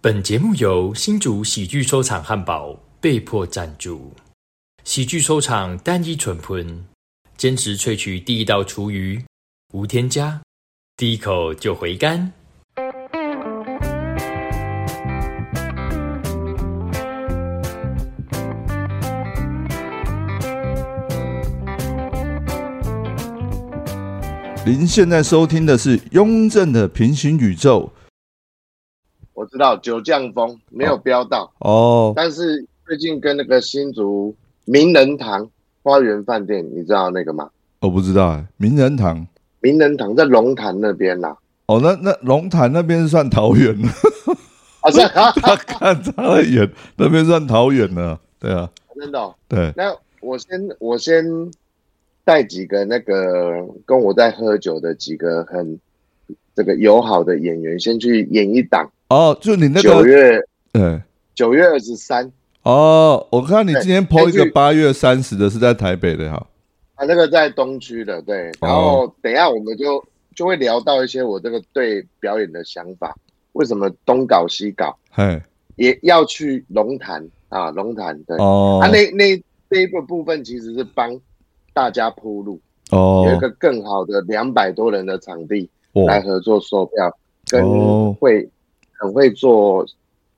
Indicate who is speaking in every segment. Speaker 1: 本节目由新竹喜剧收场汉堡被迫赞助。喜剧收场单一纯烹，坚持萃取地道厨余，无添加，第一口就回甘。
Speaker 2: 您现在收听的是雍正的平行宇宙
Speaker 3: 我知道九降风没有飙到，
Speaker 2: 哦，
Speaker 3: 但是最近跟那个新竹名人堂花园饭店，你知道那个吗？
Speaker 2: 我不知道哎，名人堂
Speaker 3: 名人堂在龙潭那边啦、
Speaker 2: 哦，那那龙潭那边是算桃园了，
Speaker 3: 啊，是啊，
Speaker 2: 他 看差得远，那边算桃园了，对啊，
Speaker 3: 真的哦、
Speaker 2: 对，
Speaker 3: 那我先我先带几个那个跟我在喝酒的几个很这个友好的演员，先去演一档。
Speaker 2: 哦，就你那
Speaker 3: 九、
Speaker 2: 个，
Speaker 3: 月
Speaker 2: 对，
Speaker 3: 九月二十三
Speaker 2: 哦，我看你今天抛一
Speaker 3: 根
Speaker 2: 个
Speaker 3: 据
Speaker 2: 八月三十的是在台北的哈，
Speaker 3: 啊，那个在东区的，对。然
Speaker 2: 哦
Speaker 3: 后等一下我们就就会聊到一些我这个对表演的想法，为什么东搞西搞。
Speaker 2: 嘿，
Speaker 3: 也要去龙潭啊，龙潭对、
Speaker 2: 哦
Speaker 3: 啊，，那那这一个部分其实是帮大家铺路，有一
Speaker 2: 哦，
Speaker 3: 个更好的两百多人的场地来
Speaker 2: 哦，
Speaker 3: 合作售票，
Speaker 2: 哦
Speaker 3: 跟会很会做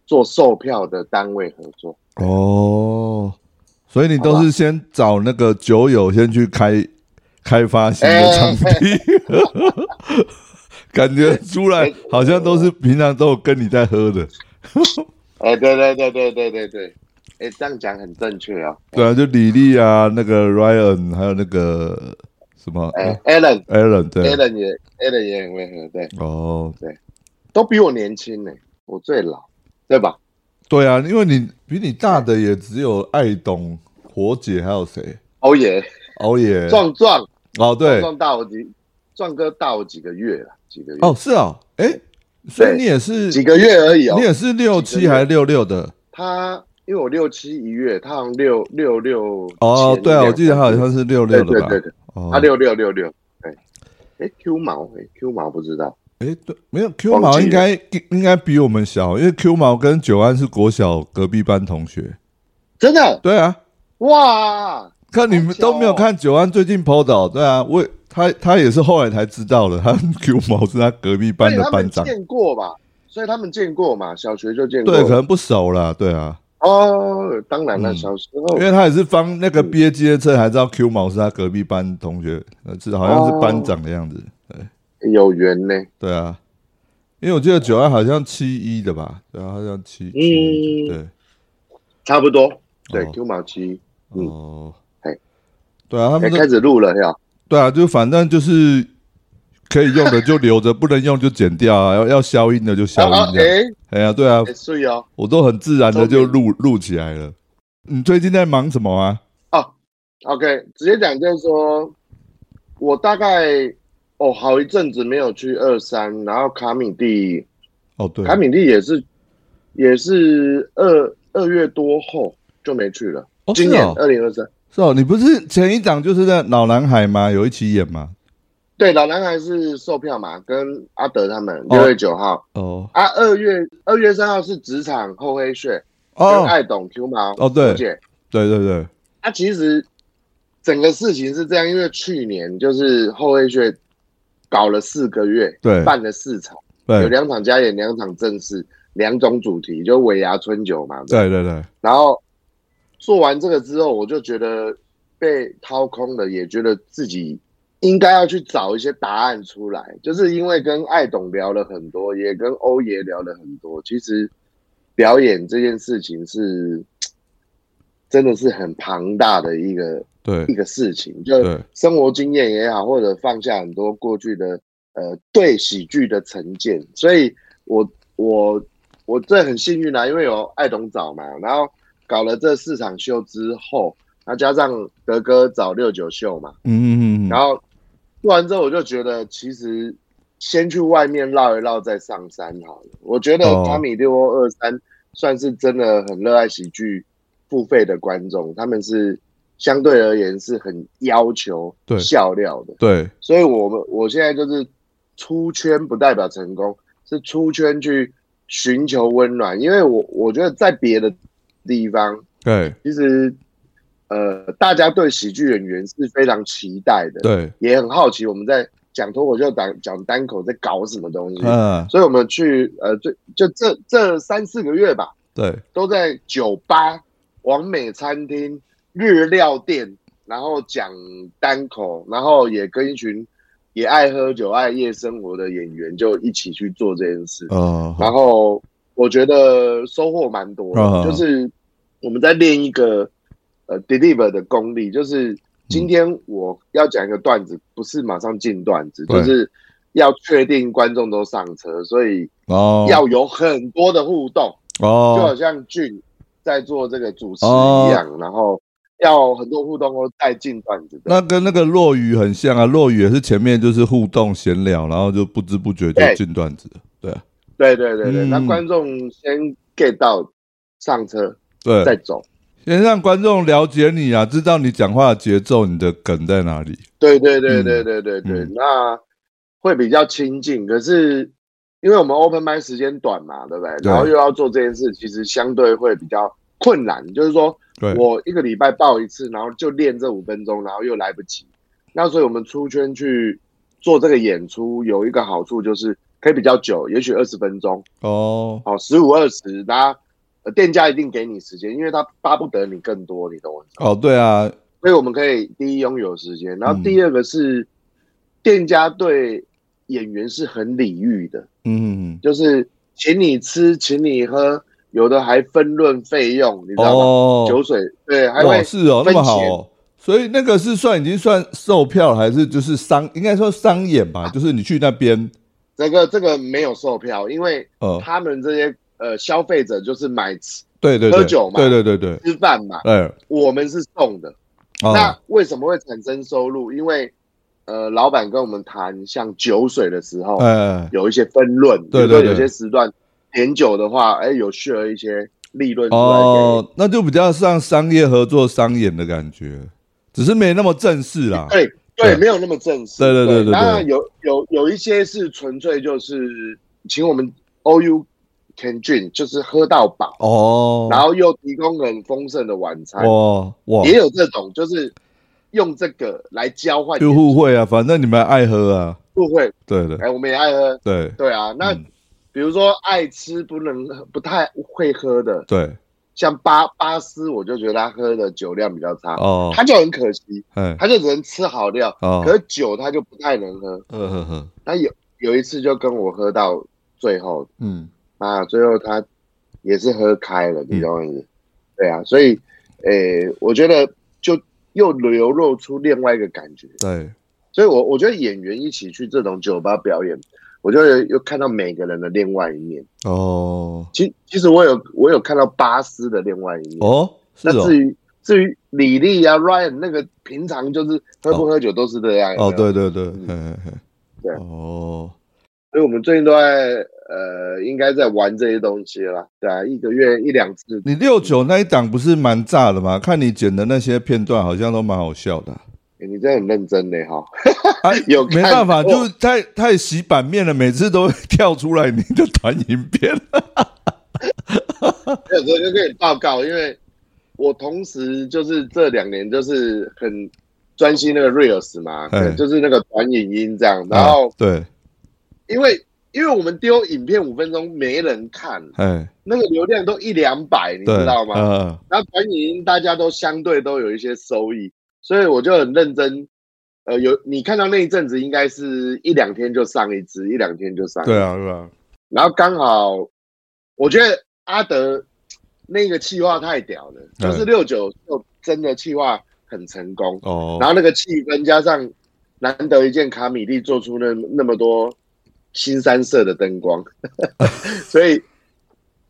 Speaker 3: 做售票的单位合作。
Speaker 2: 哦，所以你都是先找那个酒友先去开开发新的场 地，感觉出来好像都是平常都有跟你在喝的，
Speaker 3: 哎、对对对对对对对，哎、这样讲很正确哦。
Speaker 2: 对啊，就李丽啊，那个 Ryan，还有那个什么
Speaker 3: 哎、a l a n
Speaker 2: Aaron，对，
Speaker 3: Alan 也 Alan 也很会喝，对，
Speaker 2: 哦，
Speaker 3: 都比我年轻呢、我最老，对吧？
Speaker 2: 对啊，因为你比你大的也只有爱董、火姐，还有谁？
Speaker 3: 欧耶，
Speaker 2: 熬夜
Speaker 3: 哦壮壮。
Speaker 2: 哦，对，
Speaker 3: 壮大我几，壮哥大我几个月了，几个月，
Speaker 2: 哦，是哦，哎，所以你也是
Speaker 3: 几个月而已哦
Speaker 2: 你。也是六七
Speaker 3: 月
Speaker 2: 还是六六的？
Speaker 3: 他因为我六七一月，他好像六六六
Speaker 2: 哦，对啊，我记得他好像
Speaker 3: 是
Speaker 2: 是六
Speaker 3: 对
Speaker 2: 六
Speaker 3: 对
Speaker 2: 的吧？
Speaker 3: 对对，
Speaker 2: 哦，
Speaker 3: 他六六六六，对。哎，Q 毛，哎，Q 毛不知道，
Speaker 2: 哎，对，没有 Q
Speaker 3: 忘记
Speaker 2: 毛
Speaker 3: 了
Speaker 2: 应该应该比我们小，因为 Q 毛跟九安是国小隔壁班同学。
Speaker 3: 真的
Speaker 2: 对啊，
Speaker 3: 哇！
Speaker 2: 看你们
Speaker 3: 好巧哦
Speaker 2: 都没有看九安最近 PO 的哦，对啊，我也他他也是后来才知道的，他 Q 毛是他隔壁
Speaker 3: 所
Speaker 2: 班
Speaker 3: 以
Speaker 2: 的
Speaker 3: 他
Speaker 2: 班
Speaker 3: 们
Speaker 2: 长，
Speaker 3: 见过吧？所以他们见过嘛，小学就见过。
Speaker 2: 对，可能不熟啦，对啊，
Speaker 3: 哦，当然了，
Speaker 2: 嗯
Speaker 3: 小时
Speaker 2: 因
Speaker 3: 候
Speaker 2: 为他也是帮那个毕业纪念册还知道 Q 毛是他隔壁班同学，呃，是好
Speaker 3: 哦
Speaker 2: 像是班长的样子，
Speaker 3: 有缘呢。
Speaker 2: 对啊，因为我记得九安好像七一的吧，对啊，好像七，
Speaker 3: 嗯
Speaker 2: 对。
Speaker 3: 差不多。对
Speaker 2: 哦
Speaker 3: ，Q 毛七，嗯
Speaker 2: 哦，
Speaker 3: 嘿
Speaker 2: 对啊，他
Speaker 3: 哎，
Speaker 2: 们
Speaker 3: 开
Speaker 2: 都
Speaker 3: 始录了呀。
Speaker 2: 对啊，就反正就是可以用的就留着， 不能用就剪掉啊，要要消音的就消
Speaker 3: 啊，
Speaker 2: 音这样。
Speaker 3: 哎，
Speaker 2: 哎呀，对啊，
Speaker 3: 哎，睡哦。
Speaker 2: 我都很自然的就
Speaker 3: 周
Speaker 2: 录录起来了。你最近在忙什么啊？
Speaker 3: 哦 OK，直接讲就是说，我大概哦好一阵子没有去二三，然后卡米蒂，
Speaker 2: 哦，对，
Speaker 3: 卡米蒂也是也是二二月多后就没去了。
Speaker 2: 哦
Speaker 3: 今
Speaker 2: 是
Speaker 3: 年
Speaker 2: 哦，
Speaker 3: 二零二三，
Speaker 2: 是哦，你不是前一档就是在老男孩吗？有一起演吗？
Speaker 3: 对，老男孩是售票嘛，跟阿德他们
Speaker 2: 哦
Speaker 3: 六月九号、
Speaker 2: 哦
Speaker 3: 啊，二月二月三号是职场厚黑学，跟
Speaker 2: 哦
Speaker 3: 爱懂 Q 毛
Speaker 2: 哦，对
Speaker 3: 而且
Speaker 2: 对对对，
Speaker 3: 啊，其实整个事情是这样，因为去年就是厚黑学搞了四个月，
Speaker 2: 对
Speaker 3: 办了四场。有
Speaker 2: 对
Speaker 3: 两场加演，两场正式，两种主题，就尾牙春酒嘛。
Speaker 2: 对对对，
Speaker 3: 然后做完这个之后，我就觉得被掏空了，也觉得自己应该要去找一些答案出来。就是因为跟艾董聊了很多，也跟欧爷聊了很多。其实表演这件事情是真的是很庞大的一个
Speaker 2: 对
Speaker 3: 一个事情，就
Speaker 2: 对
Speaker 3: 生活经验也好，或者放下很多过去的呃对喜剧的成见，所以我我我这很幸运啊啦，因为有爱董找嘛，然后搞了这四场秀之后，那加上德哥找六九秀嘛，
Speaker 2: 嗯嗯嗯
Speaker 3: 然
Speaker 2: 嗯，
Speaker 3: 后做完之后，我就觉得其实先去外面绕一绕，再上山好了。我觉得
Speaker 2: 哦
Speaker 3: 卡米六二三算是真的很热爱喜剧付费的观众，他们是相对而言是很要求
Speaker 2: 对
Speaker 3: 笑料的，
Speaker 2: 对
Speaker 3: 所以我们我现在就是出圈不代表成功，是出圈去寻求温暖，因为我我觉得在别的地方，
Speaker 2: 对
Speaker 3: 其实呃，大家对喜剧演员是非常期待的，
Speaker 2: 对，
Speaker 3: 也很好奇我们在讲脱口秀、讲讲单口在搞什么东西，
Speaker 2: 嗯，
Speaker 3: 所以我们去呃，最就这这三四个月吧，
Speaker 2: 对，
Speaker 3: 都在酒吧、完美餐厅、日料店，然后讲单口，然后也跟一群也爱喝酒、爱夜生活的演员就一起去做这件事。
Speaker 2: 哦，
Speaker 3: 然后我觉得收获蛮多的，
Speaker 2: 嗯
Speaker 3: 就是我们在练一个呃 deliver 的功力，就是今天我要讲一个段子，不是马上进段子，
Speaker 2: 对
Speaker 3: 就是要确定观众都上车，所以
Speaker 2: 哦，
Speaker 3: 要有很多的互动。就好
Speaker 2: 哦，
Speaker 3: 像俊在做这个主持一样，然后要很多互动哦，带进段子的。
Speaker 2: 那跟那个落雨很像啊，落雨也是前面就是互动闲聊，然后就不知不觉就
Speaker 3: 对
Speaker 2: 进段子了，对啊
Speaker 3: 对对对对，
Speaker 2: 嗯
Speaker 3: 那观众先 get 到上车
Speaker 2: 对，
Speaker 3: 再走。
Speaker 2: 先让观众了解你啊，知道你讲话的节奏，你的梗在哪里。
Speaker 3: 对对对对对对对，
Speaker 2: 嗯
Speaker 3: 那会比较亲近。可是因为我们 open m i 时间短嘛，对不对？
Speaker 2: 对
Speaker 3: 然后又要做这件事，其实相对会比较困难。就是说
Speaker 2: 对，
Speaker 3: 我一个礼拜报一次，然后就练这五分钟，然后又来不及。那所以我们出圈去做这个演出，有一个好处就是可以比较久，也许二十分钟，
Speaker 2: 哦，
Speaker 3: 哦，十五二十，那呃店家一定给你时间，因为他巴不得你更多，你懂我意思吗
Speaker 2: 哦，对啊，
Speaker 3: 所以我们可以第一拥有时间，然后
Speaker 2: 嗯
Speaker 3: 第二个是、店家对演员是很礼遇的，
Speaker 2: 嗯，
Speaker 3: 就是请你吃，请你喝，有的还分论费用，你知道吗？
Speaker 2: 哦，
Speaker 3: 酒水对，还
Speaker 2: 哇，
Speaker 3: 会
Speaker 2: 是哦，那么好、
Speaker 3: 分
Speaker 2: 哦，所以那个是算已经算售票，还是就是商，应该说商演
Speaker 3: 啊
Speaker 2: 吧，就是你去那边，
Speaker 3: 这个这个没有售票，因为
Speaker 2: 呃，
Speaker 3: 他们这些呃消费者就是买吃
Speaker 2: 对对对，
Speaker 3: 喝酒嘛
Speaker 2: 对对对对，
Speaker 3: 吃饭嘛，
Speaker 2: 哎，
Speaker 3: 我们是送的。那
Speaker 2: 哦，
Speaker 3: 为什么会产生收入？因为呃，老板跟我们谈像酒水的时候，
Speaker 2: 哎，
Speaker 3: 有一些分论，比
Speaker 2: 对
Speaker 3: 如
Speaker 2: 对
Speaker 3: 说
Speaker 2: 对
Speaker 3: 有些时段点酒的话，哎、有 share 一些利润出来给。
Speaker 2: 哦，那就比较像商业合作、商演的感觉，只是没那么正式啦。
Speaker 3: 对对，
Speaker 2: 对
Speaker 3: 没有那么正式。
Speaker 2: 对对对对对
Speaker 3: 当然有有有一些是纯粹就是请我们 O U can drink，就是喝到饱，
Speaker 2: 哦，
Speaker 3: 然后又提供很丰盛的晚餐，
Speaker 2: 哇哇，
Speaker 3: 也有这种就是用这个来交换
Speaker 2: 就互惠啊，反正你们爱喝啊，
Speaker 3: 互惠。
Speaker 2: 对的
Speaker 3: 哎、，我们也爱喝，
Speaker 2: 对
Speaker 3: 对啊。那、
Speaker 2: 嗯
Speaker 3: 比如说爱吃不能喝不太会喝的，
Speaker 2: 对，
Speaker 3: 像巴巴斯，我就觉得他喝的酒量比较差，
Speaker 2: 哦，
Speaker 3: 啊他就很可惜，
Speaker 2: 哎，
Speaker 3: 他就只能吃好料，
Speaker 2: 哦，
Speaker 3: 可是酒他就不太能喝。
Speaker 2: 呵呵呵，
Speaker 3: 他有有一次就跟我喝到最后，
Speaker 2: 嗯，
Speaker 3: 啊，最后他也是喝开了，你懂我意思？对啊，所以，诶、我觉得就又流露出另外一个感觉，
Speaker 2: 对，
Speaker 3: 所以我我觉得演员一起去这种酒吧表演，我就有又看到每个人的另外一面。
Speaker 2: 哦，
Speaker 3: 其其实我有我有看到巴斯的另外一面。
Speaker 2: 哦，是
Speaker 3: 那
Speaker 2: 哦
Speaker 3: 至，于至于李丽啊、Ryan 那个平常就是喝不喝酒都是这样。有
Speaker 2: 哦，
Speaker 3: 没有，
Speaker 2: 对对对，
Speaker 3: 嗯
Speaker 2: 嘿嘿嘿，
Speaker 3: 对
Speaker 2: 哦，
Speaker 3: 所以我们最近都在呃，应该在玩这些东西啦，对啊，一个月一两次。
Speaker 2: 你六九那一档不是蛮炸的吗？看你剪的那些片段，好像都蛮好笑的啊。
Speaker 3: 欸你真的很认真呢，哈。
Speaker 2: 啊
Speaker 3: 有
Speaker 2: 没
Speaker 3: 看
Speaker 2: 办法，
Speaker 3: 过
Speaker 2: 就是太太洗版面了，每次都会 跳出来你的短影片。
Speaker 3: 有时候就跟你报告，因为我同时就是这两年就是很专心那个 reels 嘛，
Speaker 2: 哎
Speaker 3: 就是那个短影音这样。然后
Speaker 2: 啊 对，
Speaker 3: 因为因为我们丢影片五分钟没人看，
Speaker 2: 哎，
Speaker 3: 那个流量都一两百，你
Speaker 2: 对，
Speaker 3: 知道吗？
Speaker 2: 嗯
Speaker 3: 那短影音大家都相对都有一些收益，所以我就很认真。呃，有你看到那一阵子，应该是一两天就上一支，一两天就上。
Speaker 2: 对。啊，对啊，
Speaker 3: 然后刚好，我觉得阿德那个气划太屌了，
Speaker 2: 嗯
Speaker 3: 就是六九就真的气划很成功。
Speaker 2: 哦，
Speaker 3: 然后那个气氛加上难得一见卡米利做出那那么多新三色的灯光， 所以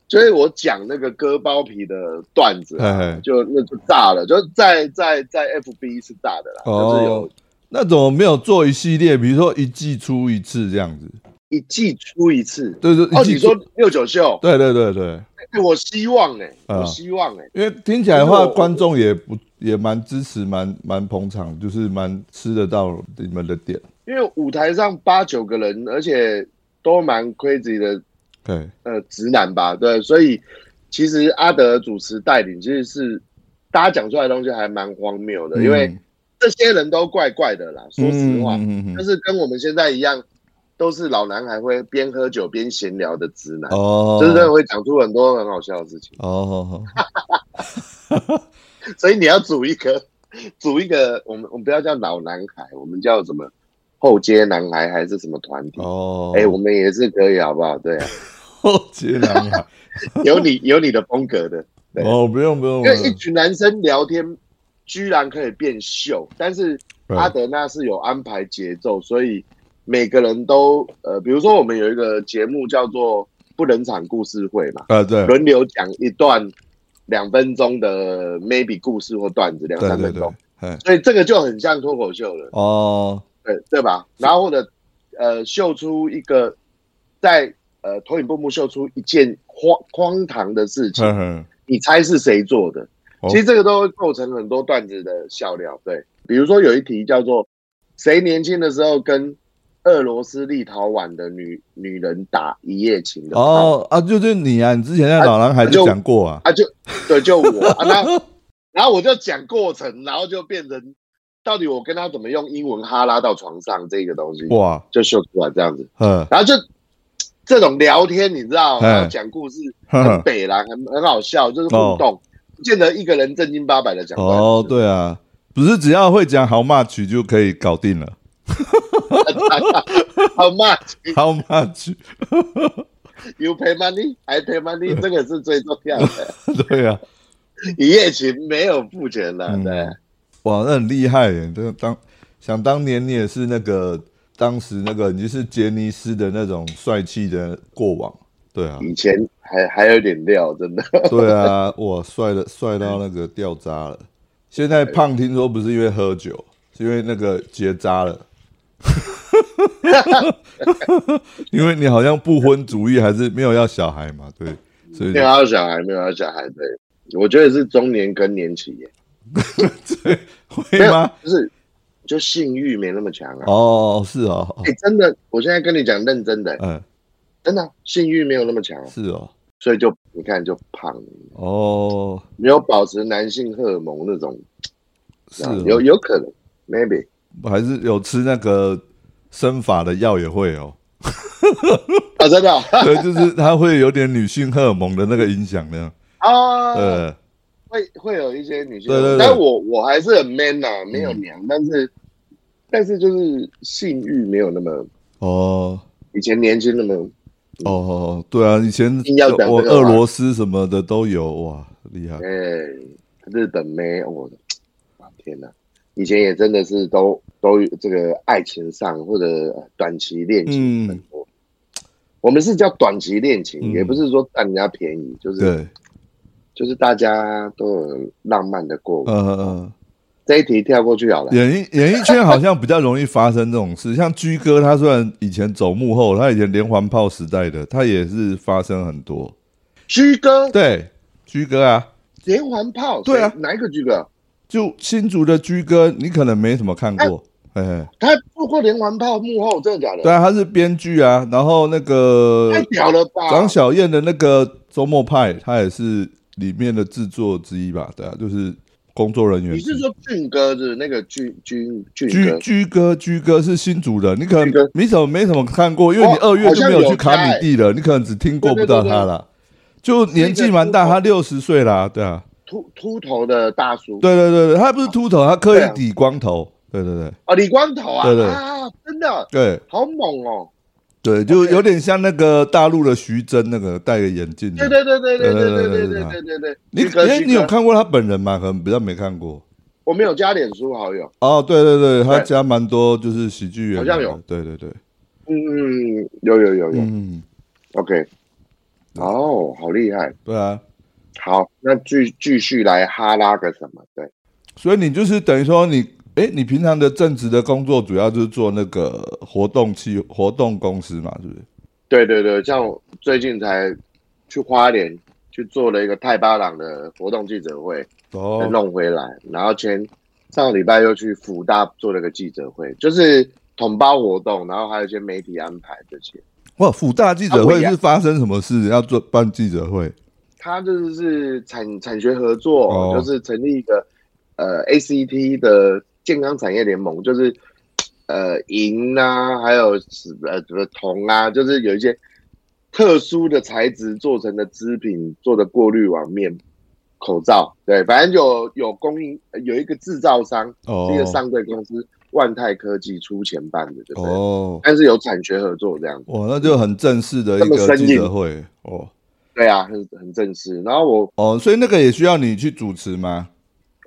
Speaker 3: 所以我讲那个割包皮的段子啊、
Speaker 2: 哎，
Speaker 3: 就那就炸了，就在在在 FB 是炸的啦，就
Speaker 2: 哦
Speaker 3: 是有，
Speaker 2: 那怎么没有做一系列，比如说一季出一次这样子？
Speaker 3: 一季出一次。
Speaker 2: 对对，
Speaker 3: 哦，
Speaker 2: 一季
Speaker 3: 你
Speaker 2: 出
Speaker 3: 说六九秀，
Speaker 2: 对对对对，
Speaker 3: 哎我希望哎、
Speaker 2: 啊
Speaker 3: 我希望哎、
Speaker 2: 因为听起来的话，
Speaker 3: 就是我
Speaker 2: 观众也不也蛮支持，蛮蛮捧场，就是蛮吃得到你们的点。
Speaker 3: 因为舞台上八九个人，而且都蛮 crazy 的
Speaker 2: 对，
Speaker 3: 呃直男吧，对，所以其实阿德主持带领其实是大家讲出来的东西还蛮荒谬的，因为
Speaker 2: 嗯
Speaker 3: 这些人都怪怪的啦，说实话，
Speaker 2: 嗯嗯嗯嗯
Speaker 3: 就是跟我们现在一样，都是老男孩会边喝酒边闲聊的直男，
Speaker 2: 哦，
Speaker 3: 就是真的会讲出很多很好笑的事情，
Speaker 2: 哦，
Speaker 3: 所以你要组一个，组一个，我们我们不要叫老男孩，我们叫什么后街男孩还是什么团体？
Speaker 2: 哦，
Speaker 3: 哎、我们也是可以，好不 好？对啊，
Speaker 2: 后街男孩，
Speaker 3: 有你有你的风格的，对
Speaker 2: 哦，不用不用，
Speaker 3: 因
Speaker 2: 不
Speaker 3: 为一
Speaker 2: 用
Speaker 3: 群男生聊天居然可以变秀，但是
Speaker 2: 对
Speaker 3: 阿德那是有安排节奏，所以每个人都呃，比如说我们有一个节目叫做“不冷场故事会”嘛，
Speaker 2: 啊，对，
Speaker 3: 轮流讲一段两分钟的 maybe 故事或段子，两
Speaker 2: 对
Speaker 3: 三
Speaker 2: 对
Speaker 3: 分
Speaker 2: 对
Speaker 3: 钟，，
Speaker 2: 哎，
Speaker 3: 所以这个就很像脱口秀了，
Speaker 2: 哦，
Speaker 3: 对对吧？然后或者呃，秀出一个在呃投影幕幕秀出一件荒荒唐的事情，
Speaker 2: 哼哼，
Speaker 3: 你猜是谁做的？
Speaker 2: 嗯哦
Speaker 3: 其实这个都会构成很多段子的笑料。对，比如说有一题叫做“谁年轻的时候跟俄罗斯立陶宛的女女人打一夜情的”，
Speaker 2: 哦啊，就是你啊，你之前在老男孩就讲过啊，
Speaker 3: 啊就对，就我啊，那然后我就讲过程，然后就变成到底我跟他怎么用英文哈拉到床上这个东西，
Speaker 2: 哇，
Speaker 3: 就秀出来这样子，
Speaker 2: 嗯，
Speaker 3: 然后就。这种聊天你知道，
Speaker 2: 哎
Speaker 3: 然后讲故事
Speaker 2: 哼
Speaker 3: 很
Speaker 2: 哼
Speaker 3: 北啦，很很好笑，就是互动，不见得一个人正经八百的讲。
Speaker 2: 哦，，对啊，不是只要会讲 How much 就可以搞定了
Speaker 3: 好 much
Speaker 2: ，How much，
Speaker 3: you pay money, I pay money，这个是最重要的。
Speaker 2: 对啊，
Speaker 3: 一夜情没有付钱了，
Speaker 2: 嗯
Speaker 3: 对，
Speaker 2: 哇，那很厉害耶！这个当想当年你也是那个当时那个你是杰尼斯的那种帅气的过往，对啊，
Speaker 3: 以前还还有点料，真的。
Speaker 2: 对啊，哇，帅的帅到那个掉渣了。现在胖听说不是因为喝酒，是因为那个结扎了。因为你好像不婚主义，还是没有要小孩嘛？对，所以
Speaker 3: 没有要小孩，没有要小孩，对，我觉得是中年更年期耶，
Speaker 2: 对会
Speaker 3: 没有
Speaker 2: 吗？，
Speaker 3: 就是就性欲没那么强啊。
Speaker 2: 哦，是哦，哦
Speaker 3: 哎，真的，我现在跟你讲认真的，
Speaker 2: 嗯，
Speaker 3: 真的啊性欲没有那么强啊，
Speaker 2: 是哦，
Speaker 3: 所以就你看就胖了，
Speaker 2: 哦，
Speaker 3: 没有保持男性荷尔蒙那种，
Speaker 2: 是
Speaker 3: 啊
Speaker 2: 哦
Speaker 3: 有有可能，maybe。
Speaker 2: 还是有吃那个生发的药也会哦，
Speaker 3: 啊，真的 哦
Speaker 2: 对，就是它会有点女性荷尔蒙的那个影响呢。
Speaker 3: 啊，
Speaker 2: 呃，
Speaker 3: 会会有一些女性，
Speaker 2: 对对对嗯
Speaker 3: 但我我还是很 man 呐、没有娘，但是但是就是性欲没有那么
Speaker 2: 哦，
Speaker 3: 以前年轻那么，
Speaker 2: 哦哦，对啊，以前
Speaker 3: 硬要讲这个
Speaker 2: 我
Speaker 3: 吗
Speaker 2: 俄罗斯什么的都有，哇，厉害
Speaker 3: 哎、日本妹，哦我、啊天哪、以前也真的是都都有这个爱情上或者短期恋情很多。我们是叫短期恋情，
Speaker 2: 嗯
Speaker 3: 也不是说占人家便宜，就是
Speaker 2: 对，
Speaker 3: 就是大家都有浪漫的过
Speaker 2: 嗯
Speaker 3: 往。
Speaker 2: 嗯嗯，
Speaker 3: 这一题跳过去好了。
Speaker 2: 演艺演艺圈好像比较容易发生这种事，像 居哥他虽然以前走幕后，他以前连环炮时代的，他也是发生很多，
Speaker 3: 居哥
Speaker 2: 对，居哥啊，
Speaker 3: 连环炮，
Speaker 2: 对啊
Speaker 3: 谁哪一个居哥？
Speaker 2: 就新竹的居哥，你可能没什么看过，哎、
Speaker 3: 他做过连环炮幕后，真的假的？
Speaker 2: 对啊，他是编剧啊，然后那个
Speaker 3: 太屌了吧！
Speaker 2: 张小燕的那个周末派，他也是里面的制作之一吧？对啊，就是工作人员
Speaker 3: 你
Speaker 2: 之
Speaker 3: 是
Speaker 2: 一。
Speaker 3: 说俊哥的那个俊俊俊
Speaker 2: 居
Speaker 3: 哥？
Speaker 2: 居哥，居哥是新竹的，你可
Speaker 3: 居
Speaker 2: 能
Speaker 3: 哥
Speaker 2: 没什么没什么看过，因为你
Speaker 3: 哦
Speaker 2: 二月
Speaker 3: 好
Speaker 2: 就
Speaker 3: 像
Speaker 2: 没有
Speaker 3: 有
Speaker 2: 去卡
Speaker 3: 在
Speaker 2: 米蒂了，你可能只听过
Speaker 3: 对
Speaker 2: 不
Speaker 3: 对
Speaker 2: 到
Speaker 3: 对
Speaker 2: 他
Speaker 3: 对
Speaker 2: 了。就年纪蛮大，
Speaker 3: 是一个
Speaker 2: 他六十岁啦，对啊，
Speaker 3: 秃秃头的大叔，
Speaker 2: 对对对对，他不是秃头，他刻意
Speaker 3: 对啊
Speaker 2: 理光头，对对对
Speaker 3: 啊，李光头啊，
Speaker 2: 对对
Speaker 3: 啊，真的
Speaker 2: 对
Speaker 3: 好猛哦！
Speaker 2: 对，就
Speaker 3: OK
Speaker 2: 有点像那个大陆的徐峥，那个戴个眼镜
Speaker 3: 对
Speaker 2: 的，
Speaker 3: 对对对对对对
Speaker 2: 对
Speaker 3: 对
Speaker 2: 对
Speaker 3: 对对对对，
Speaker 2: 你
Speaker 3: 居哥
Speaker 2: 哎，
Speaker 3: 居
Speaker 2: 你有
Speaker 3: 哥
Speaker 2: 看过他本人吗？可能比较没看过。
Speaker 3: 我没有加脸书好友，
Speaker 2: 哦，对对对，他
Speaker 3: 对
Speaker 2: 加蛮多就是喜剧演员的，
Speaker 3: 好像有
Speaker 2: 对对对，
Speaker 3: 嗯嗯，嗯有有有有
Speaker 2: 嗯，
Speaker 3: ，OK，哦，好厉害，
Speaker 2: 对啊，
Speaker 3: 好，那继继续来哈拉个什么？对，
Speaker 2: 所以你就是等于说你，哎，你平常的正职的工作主要就是做那个活动企活动公司嘛，是不是？
Speaker 3: 对对对，像我最近才去花莲去做了一个泰巴朗的活动记者会，再
Speaker 2: 哦，
Speaker 3: 弄回来，然后前上个礼拜又去福大做了个记者会，就是统包活动，然后还有一些媒体安排这些。
Speaker 2: 哇，辅大记者会是发生什么事？要做办记者会？
Speaker 3: 它就是是产产学合作，
Speaker 2: 哦
Speaker 3: 就是成立一个呃 ACT 的健康产业联盟，就是呃银啊，还有呃什么铜啊，就是有一些特殊的材质做成的织品做的过滤网面口罩，对，反正有有供应呃有一个制造商，
Speaker 2: 哦
Speaker 3: 是一个上柜公司万泰科技出钱办的，对不对？
Speaker 2: 哦，
Speaker 3: 但是有产学合作这样子，
Speaker 2: 哇，那就很正式的一
Speaker 3: 这么
Speaker 2: 个
Speaker 3: 生
Speaker 2: 记
Speaker 3: 硬
Speaker 2: 者会哦
Speaker 3: 对啊，很很正式。然后我
Speaker 2: 哦，所以那个也需要你去主持吗？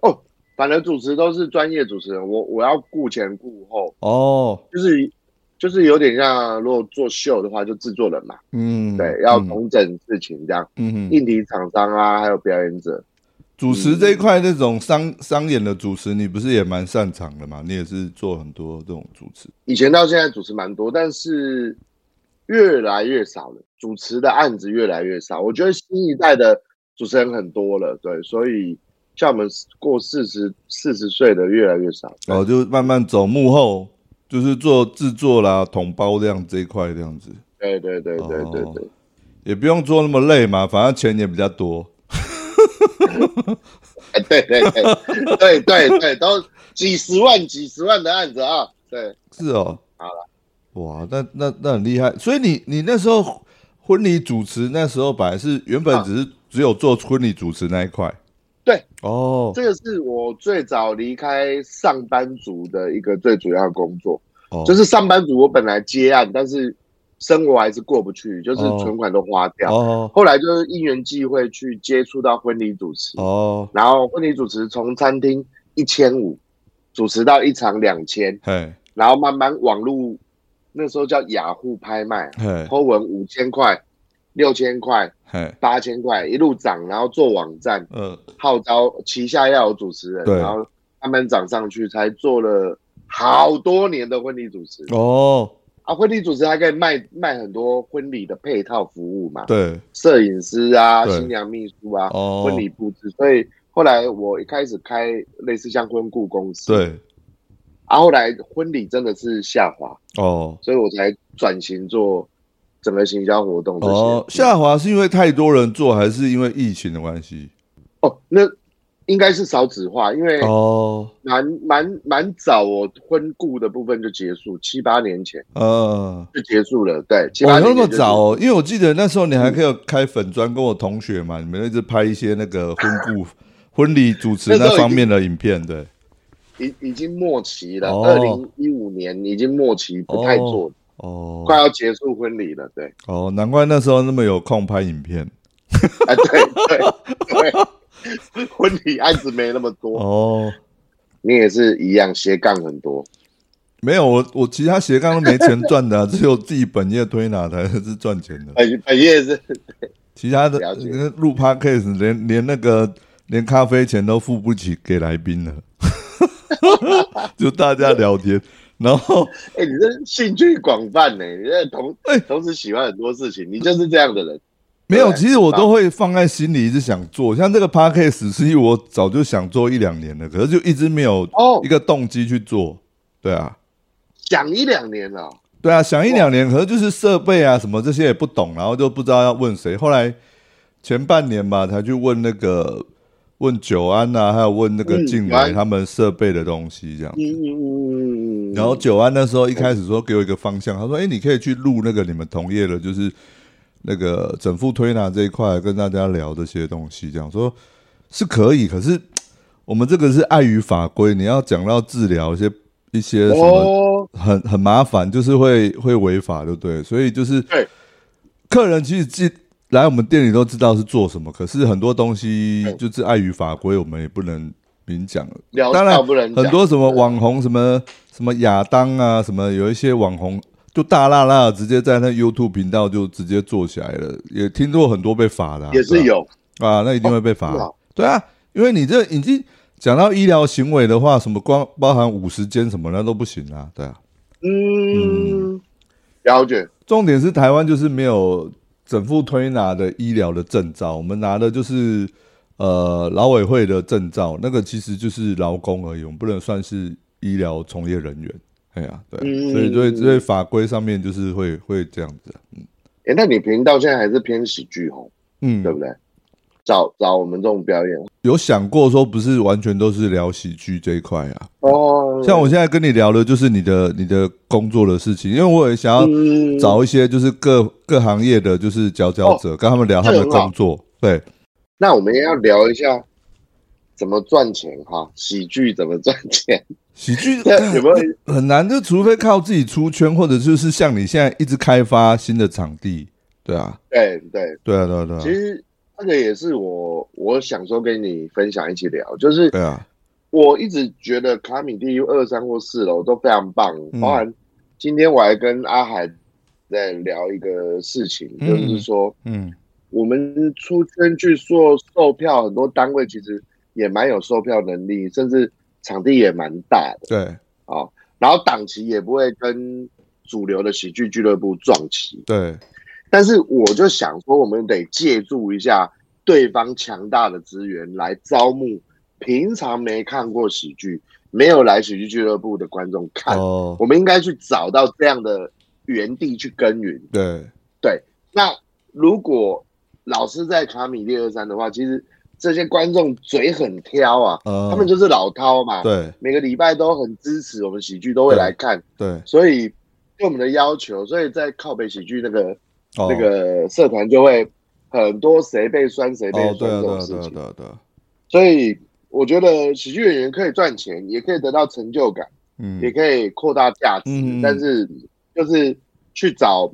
Speaker 3: 哦，反正主持都是专业主持人，我我要顾前顾后，
Speaker 2: 哦，
Speaker 3: 就是就是有点像如果做秀的话，就制作人嘛，
Speaker 2: 嗯，
Speaker 3: 对，要
Speaker 2: 嗯
Speaker 3: 同整事情这样，
Speaker 2: 嗯哼，
Speaker 3: 应题厂商啊，还有表演者，
Speaker 2: 主持这一块那种商商演的主持，你不是也蛮擅长的嘛？你也是做很多这种主持。
Speaker 3: 以前到现在主持蛮多，但是越来越少了，主持的案子越来越少。我觉得新一代的主持人很多了，对，所以像我们过四十四十岁的越来越少。对
Speaker 2: 哦，就慢慢走幕后，就是做制作啦、统包这样这一块这样子，
Speaker 3: 对对对对对
Speaker 2: 哦
Speaker 3: 对，
Speaker 2: 也不用做那么累嘛，反正钱也比较多。
Speaker 3: 哎， 对对对对对对，都几十万几十万的案子啊，对，
Speaker 2: 是哦，
Speaker 3: 好
Speaker 2: 了，哇，那那那很厉害。所以你你那时候婚礼主持那时候本来是原本
Speaker 3: 啊
Speaker 2: 只是只有做婚礼主持那一块。
Speaker 3: 对，
Speaker 2: 哦，
Speaker 3: 这个是我最早离开上班族的一个最主要的工作，
Speaker 2: 哦
Speaker 3: 就是上班族我本来接案，但是生活还是过不去，就是
Speaker 2: 哦
Speaker 3: 存款都花掉。
Speaker 2: 哦
Speaker 3: 后来就是因缘际会去接触到婚礼主持，
Speaker 2: 哦，
Speaker 3: 然后婚礼主持从餐厅一千五主持到一场两千，
Speaker 2: 嘿
Speaker 3: 然后慢慢网络那时候叫雅虎拍卖啊，
Speaker 2: 嘿
Speaker 3: 偷文五千块、六千块、
Speaker 2: 嘿，
Speaker 3: 八千块一路涨，然后做网站，
Speaker 2: 呃，
Speaker 3: 号召旗下要有主持人，
Speaker 2: 对
Speaker 3: 然后慢慢涨上去，才做了好多年的婚礼主持
Speaker 2: 哦，
Speaker 3: 啊。婚礼主持还可以卖卖很多婚礼的配套服务嘛，
Speaker 2: 对，
Speaker 3: 摄影师啊、
Speaker 2: 对
Speaker 3: 新娘秘书啊、
Speaker 2: 哦，
Speaker 3: 婚礼布置。所以后来我一开始开类似像婚顾公司，，
Speaker 2: 对，
Speaker 3: 啊，后来婚礼真的是下滑，
Speaker 2: 哦
Speaker 3: 所以我才转型做整个行销活动这些。
Speaker 2: 哦，下滑是因为太多人做，还是因为疫情的关系？
Speaker 3: 哦，那应该是少子化，因为
Speaker 2: 哦，
Speaker 3: 蛮蛮蛮早，我婚故的部分就结束，七八年前
Speaker 2: 呃，
Speaker 3: 就结束了。对，七
Speaker 2: 我、
Speaker 3: 八
Speaker 2: 那
Speaker 3: 年前
Speaker 2: 么
Speaker 3: 就是
Speaker 2: 早、哦，因为我记得那时候你还可以开粉砖，跟我同学嘛，你们一直拍一些那个婚 故、婚礼主持
Speaker 3: 那时候
Speaker 2: 那
Speaker 3: 已
Speaker 2: 方
Speaker 3: 经
Speaker 2: 面的影片，对，
Speaker 3: 已已经末期了，
Speaker 2: 哦
Speaker 3: 二零一五年已经末期，不太做，
Speaker 2: 哦
Speaker 3: 快要结束婚礼了。对，
Speaker 2: 哦，难怪那时候那么有空拍影片，
Speaker 3: 啊，对对对，婚礼案子没那么多，
Speaker 2: 哦，
Speaker 3: 你也是一样斜杠很多。
Speaker 2: 没有，我我其他斜杠都没钱赚的啊、 只有自己本业推拿才是赚钱的，
Speaker 3: 本本业是
Speaker 2: 其他的
Speaker 3: 了解
Speaker 2: 呃录 podcast 连连那个连咖啡钱都付不起给来宾了， 就大家聊天，然后
Speaker 3: 哎、你这兴趣广泛呢、你这同、
Speaker 2: 哎
Speaker 3: 同时喜欢很多事情，你就是这样的人。
Speaker 2: 没有，
Speaker 3: 对
Speaker 2: 其实我都会放在心里，一直想做。像这个 podcast，实际我早就想做一两年了，可是就一直没有
Speaker 3: 哦
Speaker 2: 一个动机去做。对啊，
Speaker 3: 想一两年了、
Speaker 2: 对啊，想一两年，可是就是设备啊什么这些也不懂，然后就不知道要问谁。后来前半年吧，才去问那个问久安啊，还有问那个
Speaker 3: 嗯
Speaker 2: 静
Speaker 3: 久安
Speaker 2: 伟他们设备的东西这样。
Speaker 3: 嗯嗯嗯嗯嗯嗯。
Speaker 2: 然后久安那时候一
Speaker 3: 嗯
Speaker 2: 开始说给我一个方向，他说：“哎、你可以去录那个你们同业的，就是那个整副推拿这一块，跟大家聊这些东西。”这样说是可以，可是我们这个是碍于法规，你要讲到治疗一些一些什么，
Speaker 3: 哦，
Speaker 2: 很很麻烦，就是会会违法，对不对？所以就是
Speaker 3: 对
Speaker 2: 客人其实进来我们店里都知道是做什么，可是很多东西
Speaker 3: 对
Speaker 2: 就是碍于法规，我们也不能明讲。
Speaker 3: 聊
Speaker 2: 当然
Speaker 3: 到不能讲
Speaker 2: 很多什么网红，什么什么亚当啊，什么有一些网红就大辣辣，直接在那 YouTube 频道就直接做起来了，也听过很多被罚的啊、
Speaker 3: 也是有
Speaker 2: 对啊啊，那一定会被罚。
Speaker 3: 哦
Speaker 2: 对啊，因为你这已经讲到医疗行为的话，什么光包含五十间什么那都不行啊，对啊。
Speaker 3: 嗯，了解。
Speaker 2: 重点是台湾就是没有整副推拿的医疗的证照，我们拿的就是呃劳委会的证照，那个其实就是劳工而已，我们不能算是医疗从业人员。哎呀，对啊、
Speaker 3: 嗯
Speaker 2: 所以对对法规上面就是会会这样子啊，
Speaker 3: 哎、那你频道现在还是偏喜剧红，
Speaker 2: 嗯
Speaker 3: 对，不对？找找我们这种表演
Speaker 2: 有想过说不是完全都是聊喜剧这一块啊，
Speaker 3: 哦，
Speaker 2: 像我现在跟你聊的就是你的你的工作的事情，因为我也想要
Speaker 3: 嗯
Speaker 2: 找一些就是各各行业的就是佼佼者，跟他们聊他们的
Speaker 3: 哦这个很好
Speaker 2: 工作，对，
Speaker 3: 那我们也要聊一下怎么赚钱哈，喜剧怎么赚钱？
Speaker 2: 喜剧哎
Speaker 3: 那有没有
Speaker 2: 很难，就除非靠自己出圈，或者就是像你现在一直开发新的场地，对啊，
Speaker 3: 对对，
Speaker 2: 对啊，对啊，对啊，
Speaker 3: 其实这个也是我我想说跟你分享一起聊，就是
Speaker 2: 对啊，
Speaker 3: 我一直觉得卡米地狱二三或四楼都非常棒，
Speaker 2: 嗯
Speaker 3: 包含今天我还跟阿海在聊一个事情，
Speaker 2: 嗯
Speaker 3: 就是说
Speaker 2: 嗯
Speaker 3: 我们出圈去做售票，很多单位其实也蛮有售票能力，甚至场地也蛮大的。
Speaker 2: 对
Speaker 3: 啊、然后档期也不会跟主流的喜剧俱乐部撞期。
Speaker 2: 对，
Speaker 3: 但是我就想说，我们得借助一下对方强大的资源来招募平常没看过喜剧、没有来喜剧俱乐部的观众看。
Speaker 2: 哦，
Speaker 3: 啊我们应该去找到这样的原地去耕耘。
Speaker 2: 对，
Speaker 3: 那如果老师在卡米列二三的话，其实这些观众嘴很挑啊，
Speaker 2: 呃，
Speaker 3: 他们就是老饕嘛，
Speaker 2: 对
Speaker 3: 每个礼拜都很支持我们喜剧，都会来看。
Speaker 2: 对
Speaker 3: 所以对我们的要求，所以在靠北喜剧那个、
Speaker 2: 哦
Speaker 3: 那个社团就会很多谁被酸谁被
Speaker 2: 哦，对
Speaker 3: 酸
Speaker 2: 啊，
Speaker 3: 这
Speaker 2: 对
Speaker 3: 种
Speaker 2: 啊，
Speaker 3: 事
Speaker 2: 对啊，
Speaker 3: 情。
Speaker 2: 对啊，对啊，
Speaker 3: 所以我觉得喜剧演员可以赚钱，也可以得到成就感，
Speaker 2: 嗯
Speaker 3: 也，可以扩大价值，
Speaker 2: 嗯嗯嗯
Speaker 3: 但是就是去找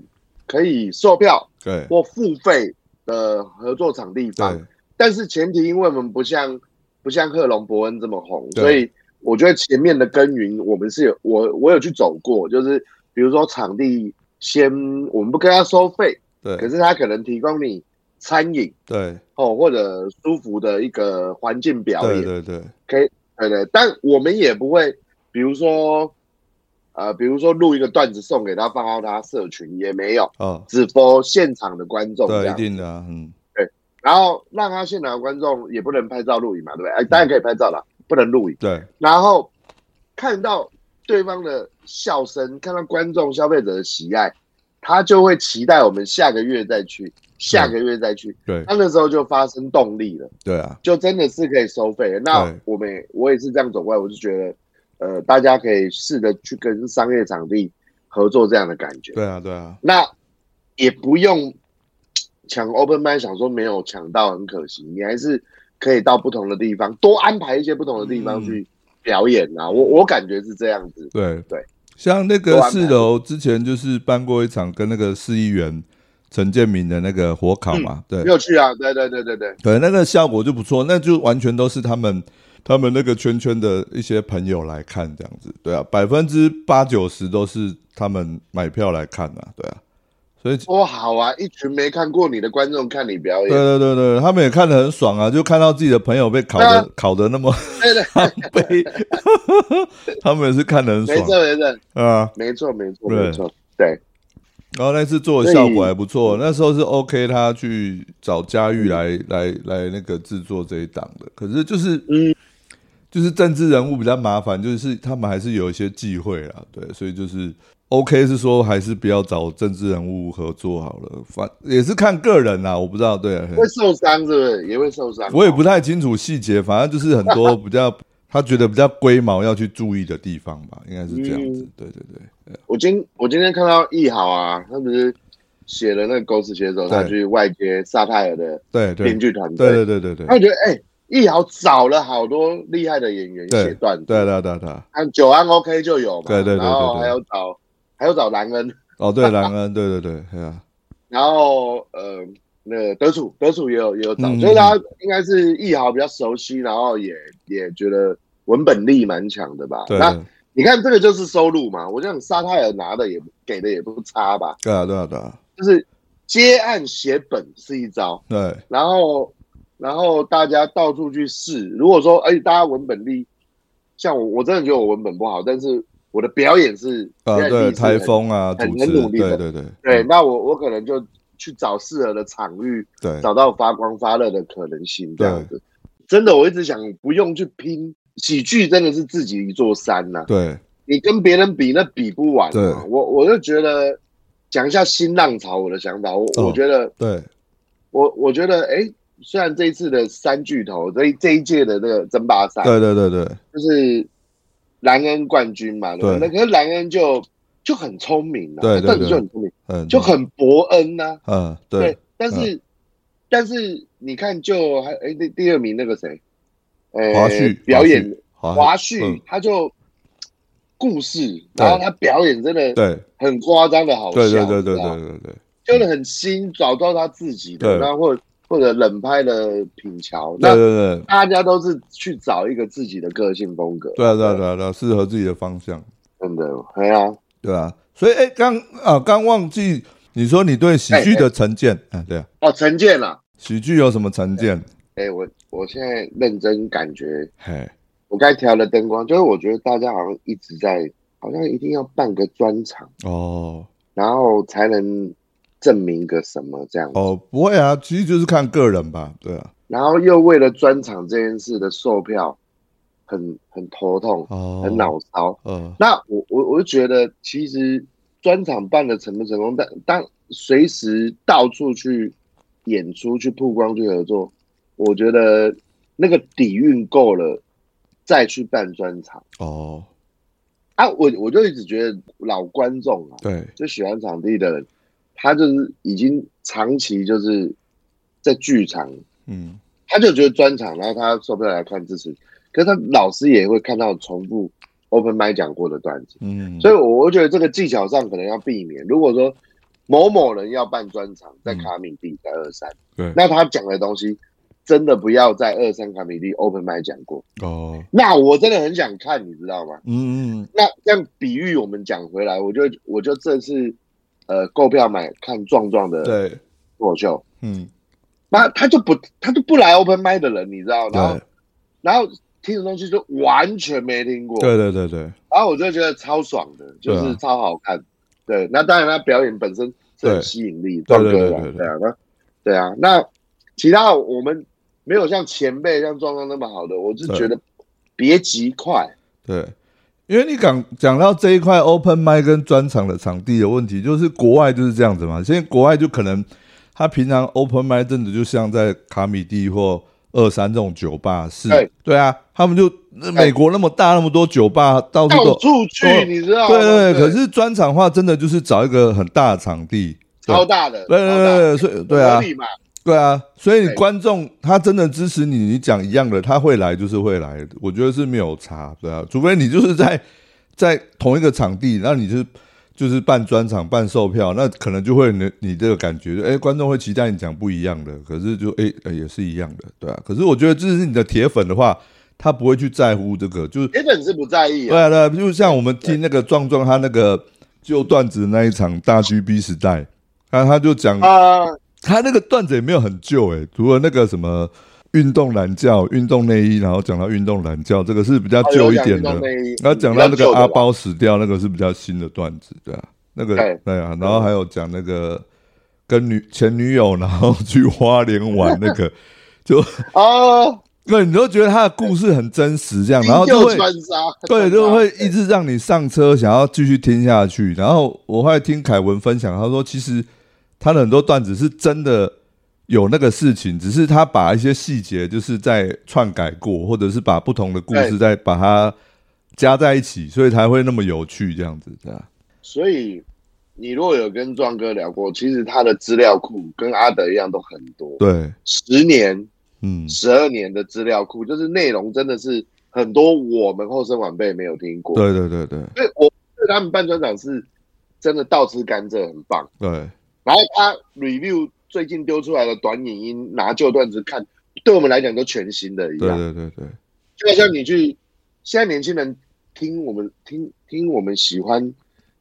Speaker 3: 可以售票
Speaker 2: 对
Speaker 3: 或付费的合作场地方。
Speaker 2: 对
Speaker 3: 但是前提，因为我们不像不像贺龙、伯恩这么红，
Speaker 2: 对
Speaker 3: 所以我觉得前面的耕耘，我们是有我我有去走过，就是比如说场地先，我们不跟他收费，可
Speaker 2: 对
Speaker 3: 是他可能提供你餐饮
Speaker 2: 对
Speaker 3: 哦，或者舒服的一个环境表演，
Speaker 2: 对对对，
Speaker 3: 对对，但我们也不会，比如说呃，比如说录一个段子送给他，放到他社群也没有，
Speaker 2: 哦，
Speaker 3: 只 for 现场的观众这
Speaker 2: 对，一
Speaker 3: 样
Speaker 2: 定的啊，嗯，
Speaker 3: 然后让他现场的观众也不能拍照录影嘛，对不对？哎，当然可以拍照了，不能录影。
Speaker 2: 对
Speaker 3: 然后看到对方的笑声，看到观众消费者的喜爱，他就会期待我们下个月再去，下个月再去。
Speaker 2: 对
Speaker 3: 那那时候就发生动力了，
Speaker 2: 对啊，
Speaker 3: 就真的是可以收费了。那
Speaker 2: 对
Speaker 3: 我们也我也是这样走过来，我就觉得，呃，大家可以试着去跟商业场地合作这样的感觉。
Speaker 2: 对啊，对啊，
Speaker 3: 那也不用抢 open m i 想说没有抢到很可惜，你还是可以到不同的地方多安排一些不同的地方去表演啊。我我感觉是这样子，
Speaker 2: 嗯对
Speaker 3: 对，
Speaker 2: 像那
Speaker 3: 都
Speaker 2: 个
Speaker 3: 安排
Speaker 2: 四楼之前就是办过一场跟那个市议员陈建明的那个火烤嘛，对
Speaker 3: 很，有趣啊！对对对对对，
Speaker 2: 对，那个效果就不错，那就完全都是他们他们那个圈圈的一些朋友来看这样子，对啊，百分之八九十都是他们买票来看啊，对啊，所以
Speaker 3: 多好啊！一群没看过你的观众看你表
Speaker 2: 对
Speaker 3: 演，
Speaker 2: 对对对，他们也看得很爽啊，就看到自己的朋友被烤
Speaker 3: 对
Speaker 2: 的
Speaker 3: 啊
Speaker 2: 烤的那么
Speaker 3: 对对，
Speaker 2: 悲， 他们也是看得很
Speaker 3: 没
Speaker 2: 爽
Speaker 3: 错没错
Speaker 2: 啊。
Speaker 3: 没错没错
Speaker 2: 对
Speaker 3: 没错，对，
Speaker 2: 然后那次做的效果还不错，那时候是 OK，他去找佳玉来来来那个制作这一档的，可是就是
Speaker 3: 嗯
Speaker 2: 就是政治人物比较麻烦，就是他们还是有一些忌讳啦，对，所以就是 OK 是说还是不要找政治人物合作好了，反也是看个人啦，我不知道，对、啊，嘿
Speaker 3: 会受伤是不是？也会受伤，
Speaker 2: 我也不太清楚细节，反正就是很多比较他觉得比较龟毛要去注意的地方吧，应该是这样子，对对对，
Speaker 3: 我今我今天看到易豪啊，他不是写了那个狗屎写手，他
Speaker 2: 对
Speaker 3: 去外接沙泰尔的
Speaker 2: 对对
Speaker 3: 编剧团队，
Speaker 2: 对对对对对
Speaker 3: 他觉得哎，易、豪找了好多厉害的演员
Speaker 2: 对
Speaker 3: 写段子，
Speaker 2: 对对对对，
Speaker 3: 按九安 OK 就有嘛，
Speaker 2: 对对对对
Speaker 3: 然后
Speaker 2: 对
Speaker 3: 还有找还有找兰恩，
Speaker 2: 哦对，兰恩，对对对，对啊，
Speaker 3: 然后呃那个德楚德楚也有也有找，
Speaker 2: 嗯
Speaker 3: 所以他应该是易豪比较熟悉，然后也也觉得文本力蛮强的吧。
Speaker 2: 对
Speaker 3: 那
Speaker 2: 对
Speaker 3: 你看这个就是收入嘛，我想沙泰尔拿的也不给的也不差吧，
Speaker 2: 对啊对啊对啊，
Speaker 3: 就是接案写本是一招，
Speaker 2: 对
Speaker 3: 然后然后大家到处去试。如果说哎、大家文本力，像我，我真的觉得我文本不好，但是我的表演是
Speaker 2: 啊
Speaker 3: 表演
Speaker 2: 对
Speaker 3: 力是
Speaker 2: 台
Speaker 3: 很
Speaker 2: 风啊主
Speaker 3: 很
Speaker 2: 持，
Speaker 3: 很努力
Speaker 2: 对
Speaker 3: 的
Speaker 2: 对嗯对
Speaker 3: 对，那我我可能就去找适合的场域，
Speaker 2: 对
Speaker 3: 找到发光发热的可能性，这样子。真的，我一直想不用去拼喜剧，真的是自己一座山呐、
Speaker 2: 对
Speaker 3: 你跟别人比，那比不完、
Speaker 2: 对
Speaker 3: 啊。我我就觉得讲一下新浪潮我的想法，我、
Speaker 2: 哦
Speaker 3: 我觉得
Speaker 2: 对，
Speaker 3: 我我觉得哎、虽然这一次的三巨头这一这一届的那个争霸赛，
Speaker 2: 对对对对，
Speaker 3: 就是兰恩冠军嘛，对
Speaker 2: 对
Speaker 3: 不对？那可是兰恩就就很聪明啊，
Speaker 2: 对对
Speaker 3: 他到底
Speaker 2: 对
Speaker 3: 就很聪明，
Speaker 2: 嗯，
Speaker 3: 就很伯恩呐、
Speaker 2: 嗯，对，
Speaker 3: 但是、但是你看就，还哎第第二名那个谁，呃，
Speaker 2: 华旭
Speaker 3: 表演
Speaker 2: 华
Speaker 3: 华旭，
Speaker 2: 嗯
Speaker 3: 他就故事，
Speaker 2: 对
Speaker 3: 然后他表演真的
Speaker 2: 对
Speaker 3: 很夸张的好笑，
Speaker 2: 对对对对
Speaker 3: 你知道吗
Speaker 2: 对对对，
Speaker 3: 就是很新，找到他自己的，
Speaker 2: 对
Speaker 3: 然后或或者冷拍的品桥，
Speaker 2: 对
Speaker 3: 那
Speaker 2: 对对。
Speaker 3: 大家都是去找一个自己的个性风格，
Speaker 2: 对啊，对啊，对啊，对啊，适合自己的方向，
Speaker 3: 真的，哎呀、
Speaker 2: 对啊。所以，哎，刚啊，刚忘记你说你对
Speaker 3: 哎
Speaker 2: 喜剧的成见，啊，对啊，
Speaker 3: 哦，陈建啊，
Speaker 2: 喜剧有什么成见？
Speaker 3: 哎、我我现在认真感觉，
Speaker 2: 嘿，
Speaker 3: 我刚才调了灯光，就是我觉得大家好像一直在，好像一定要办个专场，
Speaker 2: 哦，
Speaker 3: 然后才能证明个什么这样子，
Speaker 2: 哦，不会啊，其实就是看个人吧，对啊，
Speaker 3: 然后又为了专场这件事的售票，很很头痛，
Speaker 2: 哦，
Speaker 3: 很恼骚。
Speaker 2: 呃，
Speaker 3: 那我我我就觉得，其实专场办的成不成功，但当随时到处去演出、去曝光、去合作，我觉得那个底蕴够了，再去办专场
Speaker 2: 哦，
Speaker 3: 啊。我我就一直觉得老观众啊，
Speaker 2: 对，
Speaker 3: 就喜欢场地的人，他就是已经长期就是在剧场，
Speaker 2: 嗯，
Speaker 3: 他就觉得专场，然后他受不了来看支持，可是他老师也会看到重复 open m i 讲过的段子。
Speaker 2: 嗯，
Speaker 3: 所以我我觉得这个技巧上可能要避免。如果说某某人要办专场，在卡米蒂在二三、
Speaker 2: 对
Speaker 3: 那他讲的东西真的不要在二三卡米蒂 open m i 讲过，
Speaker 2: 哦，
Speaker 3: 那我真的很想看，你知道吗？
Speaker 2: 嗯嗯，
Speaker 3: 那这样比喻我们讲回来，我就我就这次呃购票买看壮壮的
Speaker 2: 对，
Speaker 3: 脱口秀，
Speaker 2: 嗯，
Speaker 3: 那他就不他就不来 open m i 的人，你知道？然后
Speaker 2: 对，
Speaker 3: 然后听的东西就完全没听过，
Speaker 2: 对对对对，
Speaker 3: 然后我就觉得超爽的，就
Speaker 2: 对
Speaker 3: 是
Speaker 2: 啊
Speaker 3: 超好看。对，那当然他表演本身是很吸引力，
Speaker 2: 对
Speaker 3: 壮
Speaker 2: 对
Speaker 3: 哥
Speaker 2: 对
Speaker 3: 啊
Speaker 2: 对对
Speaker 3: 对啊，那对啊，那其他我们没有像前辈像壮壮那么好的，我是
Speaker 2: 对
Speaker 3: 觉得别急快，
Speaker 2: 对。因为你讲讲到这一块 open m i 跟专场的场地的问题，就是国外就是这样子嘛。现在国外就可能他平常 open m i 真的就像在卡米蒂或二三这种酒吧是，
Speaker 3: 对
Speaker 2: 对啊，他们就美国那么大那么多酒吧，到处
Speaker 3: 到
Speaker 2: 都
Speaker 3: 处去
Speaker 2: 哦，
Speaker 3: 你知道吗？
Speaker 2: 对对对，可是专场的话，真的就是找一个很大的场地，对
Speaker 3: 超大的，
Speaker 2: 对对对对，所以
Speaker 3: 超
Speaker 2: 对
Speaker 3: 大的合
Speaker 2: 啊，
Speaker 3: 理嘛，
Speaker 2: 对啊，所以你
Speaker 3: 对
Speaker 2: 观众他真的支持你，你讲一样的，他会来就是会来，我觉得是没有差，对啊，除非你就是在 在同一个场地，那你就是就是办专场、办售票，那可能就会你你这个感觉，哎，观众会期待你讲不一样的，可是就哎哎也是一样的，对啊，可是我觉得这是你的铁粉的话，他不会去在乎这个，就是
Speaker 3: 原本是不在意
Speaker 2: 对
Speaker 3: 啊，
Speaker 2: 啊，对啊，就像我们听那个壮壮他那个旧段子那一场大 GB 时代，他他就讲
Speaker 3: 啊，
Speaker 2: 他那个段子也没有很旧诶、除了那个什么运动懒觉、运动内衣，然后讲到运动懒觉，这个是比较旧一点的。然后
Speaker 3: 那
Speaker 2: 讲到那个阿，包死掉，那个是比较新的段子，对啊，那个
Speaker 3: 对
Speaker 2: 对啊，然后还有讲那个跟女前女友，然后去花莲玩那个，就
Speaker 3: 哦，
Speaker 2: 对，你都觉得他的故事很真实，这样，然后就
Speaker 3: 又
Speaker 2: 会
Speaker 3: 穿插，
Speaker 2: 对，
Speaker 3: 穿
Speaker 2: 就
Speaker 3: 插
Speaker 2: 会一直让你上车，想要继续听下去。然后我后来听凯文分享，他说其实他的很多段子是真的有那个事情，只是他把一些细节就是在篡改过，或者是把不同的故事
Speaker 3: 对
Speaker 2: 再把它加在一起，所以才会那么有趣这样子，对吧？
Speaker 3: 所以你如果有跟壮哥聊过，其实他的资料库跟阿德一样都很多，
Speaker 2: 对，
Speaker 3: 十年、
Speaker 2: 嗯，
Speaker 3: 十二年的资料库，就是内容真的是很多我们后生晚辈没有听过。，
Speaker 2: 对对对对
Speaker 3: 所以我对他们办专场是真的倒吃甘蔗，很棒。
Speaker 2: 对
Speaker 3: 然后他 review 最近丢出来的短影音，拿旧段子看，对我们来讲都全新的一
Speaker 2: 对
Speaker 3: 样。
Speaker 2: 对对对，
Speaker 3: 就像你去，现在年轻人听我们听听我们喜欢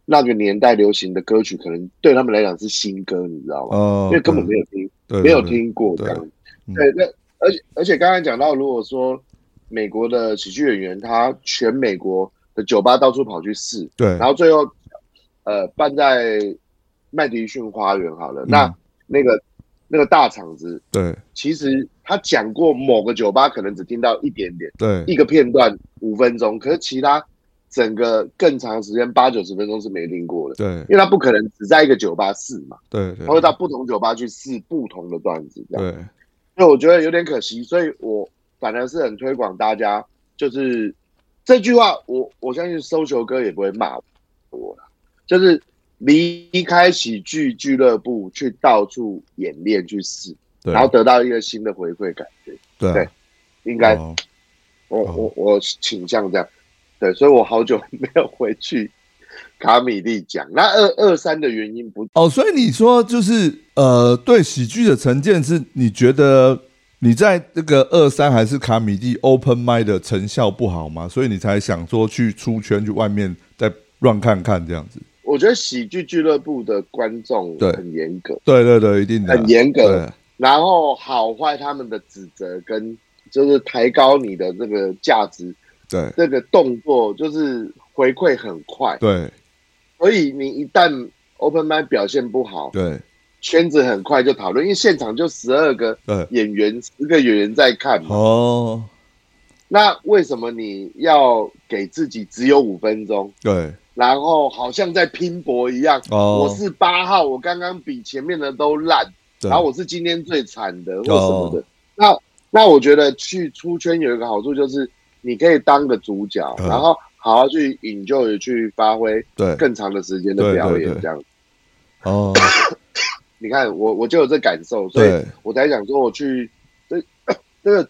Speaker 3: 那个年代流行的歌曲，可能对他们来讲是新歌，你知道吗？
Speaker 2: 哦，
Speaker 3: 因为根本没有听，
Speaker 2: 对
Speaker 3: 没有，听过
Speaker 2: 对
Speaker 3: 这样。
Speaker 2: 嗯
Speaker 3: 对，那而且而且刚才讲到，如果说美国的喜剧演员他全美国的酒吧到处跑去试，
Speaker 2: 对
Speaker 3: 然后最后呃办在麦迪逊花园好
Speaker 2: 嗯
Speaker 3: 了，那那个那个大场子，
Speaker 2: 对
Speaker 3: 其实他讲过某个酒吧可能只听到一点点。
Speaker 2: 对对
Speaker 3: 一个片段五分钟，可是其他整个更长时间八九十分钟是没听过的，
Speaker 2: 对
Speaker 3: 因为他不可能只在一个酒吧试嘛，
Speaker 2: 对对
Speaker 3: 他会到不同酒吧去试不同的段子，这样。
Speaker 2: 对
Speaker 3: 所以我觉得有点可惜，所以我反而是很推广大家，就是这句话我，我相信搜球哥也不会骂我啦，就是离开喜剧俱乐部，去到处演练去试，
Speaker 2: 对，
Speaker 3: 然后得到一个新的回馈感觉，
Speaker 2: 对
Speaker 3: 对
Speaker 2: 啊
Speaker 3: 应该、
Speaker 2: 哦
Speaker 3: 我
Speaker 2: 哦
Speaker 3: 我我倾向这样，对，所以我好久没有回去卡米利讲，那二二三的原因不
Speaker 2: 哦，所以你说就是呃，对喜剧的成见是，你觉得你在那个二三还是卡米蒂 open m i d 的成效不好吗？所以你才想说去出圈去外面再乱看看这样子？
Speaker 3: 我觉得喜剧俱乐部的观众
Speaker 2: 对
Speaker 3: 很严格，
Speaker 2: 对对对，一定的，
Speaker 3: 很严格。
Speaker 2: 对
Speaker 3: 然后好坏他们的指责跟就是抬高你的这个价值，
Speaker 2: 对
Speaker 3: 这个动作就是回馈很快，
Speaker 2: 对
Speaker 3: 所以你一旦 open m i d 表现不好，
Speaker 2: 对
Speaker 3: 圈子很快就讨论，因为现场就十二个
Speaker 2: 对，
Speaker 3: 演员，十个演员在看嘛。
Speaker 2: 哦，
Speaker 3: 那为什么你要给自己只有五分钟，
Speaker 2: 对
Speaker 3: 然后好像在拼搏一样？
Speaker 2: 哦，
Speaker 3: 我是八号，我刚刚比前面的都烂，
Speaker 2: 对哦
Speaker 3: 然后我是今天最惨的或什么的。那那我觉得去出圈有一个好处就是你可以当个主角，
Speaker 2: 嗯
Speaker 3: 然后好好去 enjoy 去发挥
Speaker 2: 对
Speaker 3: 更长的时间的表
Speaker 2: 对对
Speaker 3: 演，
Speaker 2: 对
Speaker 3: 这样。
Speaker 2: 哦，
Speaker 3: 你看我我就有这感受，所以
Speaker 2: 对
Speaker 3: 我才想说我去这这个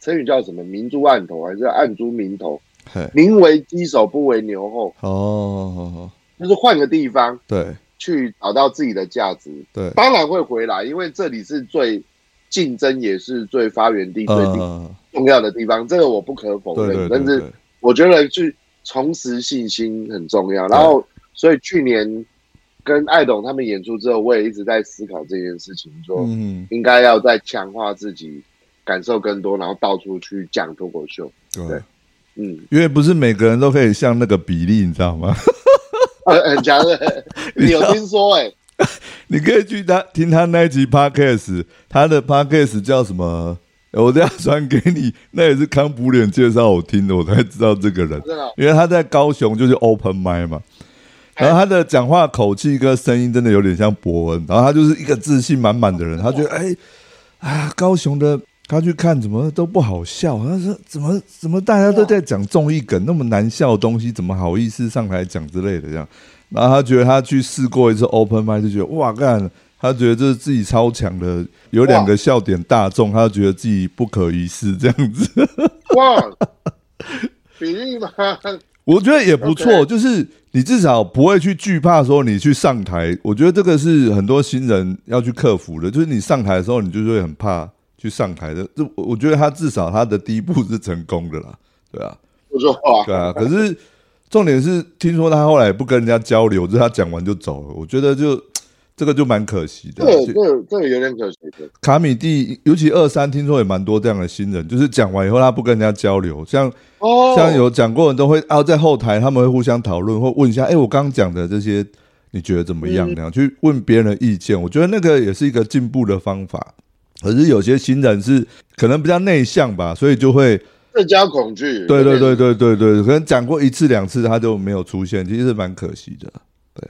Speaker 3: 成语叫什么？明珠暗投还是暗珠明投？
Speaker 2: 嘿
Speaker 3: 宁为鸡首不为牛后，
Speaker 2: 哦，
Speaker 3: 就是换个地方
Speaker 2: 对
Speaker 3: 去找到自己的价值，
Speaker 2: 对，
Speaker 3: 当然会回来，因为这里是最竞争，也是最发源地、最
Speaker 2: 呃，
Speaker 3: 重要的地方，这个我不可否
Speaker 2: 对
Speaker 3: 认。
Speaker 2: 对对
Speaker 3: 但是
Speaker 2: 对，
Speaker 3: 我觉得去重拾信心很重要。然后，所以去年跟艾董他们演出之后，我也一直在思考这件事情，说
Speaker 2: 嗯，
Speaker 3: 应该要再强化自己，感受更多，然后到处去讲脱口秀。
Speaker 2: 对
Speaker 3: 对。嗯，
Speaker 2: 因为不是每个人都可以像那个比例，你知道吗？
Speaker 3: 呃很强的，你有听说、欸？哎，
Speaker 2: 你可以去他听他那一集 podcast，他的 podcast 叫什么？呃我等一下传给你，那也是康普脸介绍我听的，我才知道这哎个人，
Speaker 3: 真的哦
Speaker 2: 因为他在高雄就是 open m i 嘛。然后他的讲话口气跟声音真的有点像伯恩，然后他就是一个自信满满的人，他觉得哎啊，高雄的他去看怎么都不好笑，他说怎么怎么大家都在讲综艺梗那么难笑的东西，怎么好意思上台讲之类的这样。然后他觉得他去试过一次 open m i 就觉得哇干，他觉得这是自己超强的，有两个笑点大众，他觉得自己不可一世这样子。
Speaker 3: 哇，比 例吗？
Speaker 2: 我觉得也不错
Speaker 3: OK
Speaker 2: 就是你至少不会去惧怕说你去上台。我觉得这个是很多新人要去克服的，就是你上台的时候，你就是会很怕去上台的。这我我觉得他至少他的第一步是成功的啦，对啊，
Speaker 3: 不错啊，
Speaker 2: 对啊。可是重点是，听说他后来也不跟人家交流，就是他讲完就走了。我觉得就这个就蛮可惜的
Speaker 3: 这
Speaker 2: 啊。
Speaker 3: 个
Speaker 2: 就
Speaker 3: 这个这个有点可惜的。
Speaker 2: 卡米蒂，尤其二三，听说也蛮多这样的新人，就是讲完以后他不跟人家交流，像
Speaker 3: 哦，
Speaker 2: 像有讲过的都会啊，在后台他们会互相讨论，或问一下，哎、我刚刚讲的这些，你觉得怎么样？
Speaker 3: 嗯
Speaker 2: 那样、去问别人的意见，我觉得那个也是一个进步的方法。可是有些新人是可能比较内向吧，所以就会
Speaker 3: 社交恐惧，
Speaker 2: 对对
Speaker 3: 有点
Speaker 2: 对对对对，可能讲过一次两次他就没有出现，其实蛮可惜的。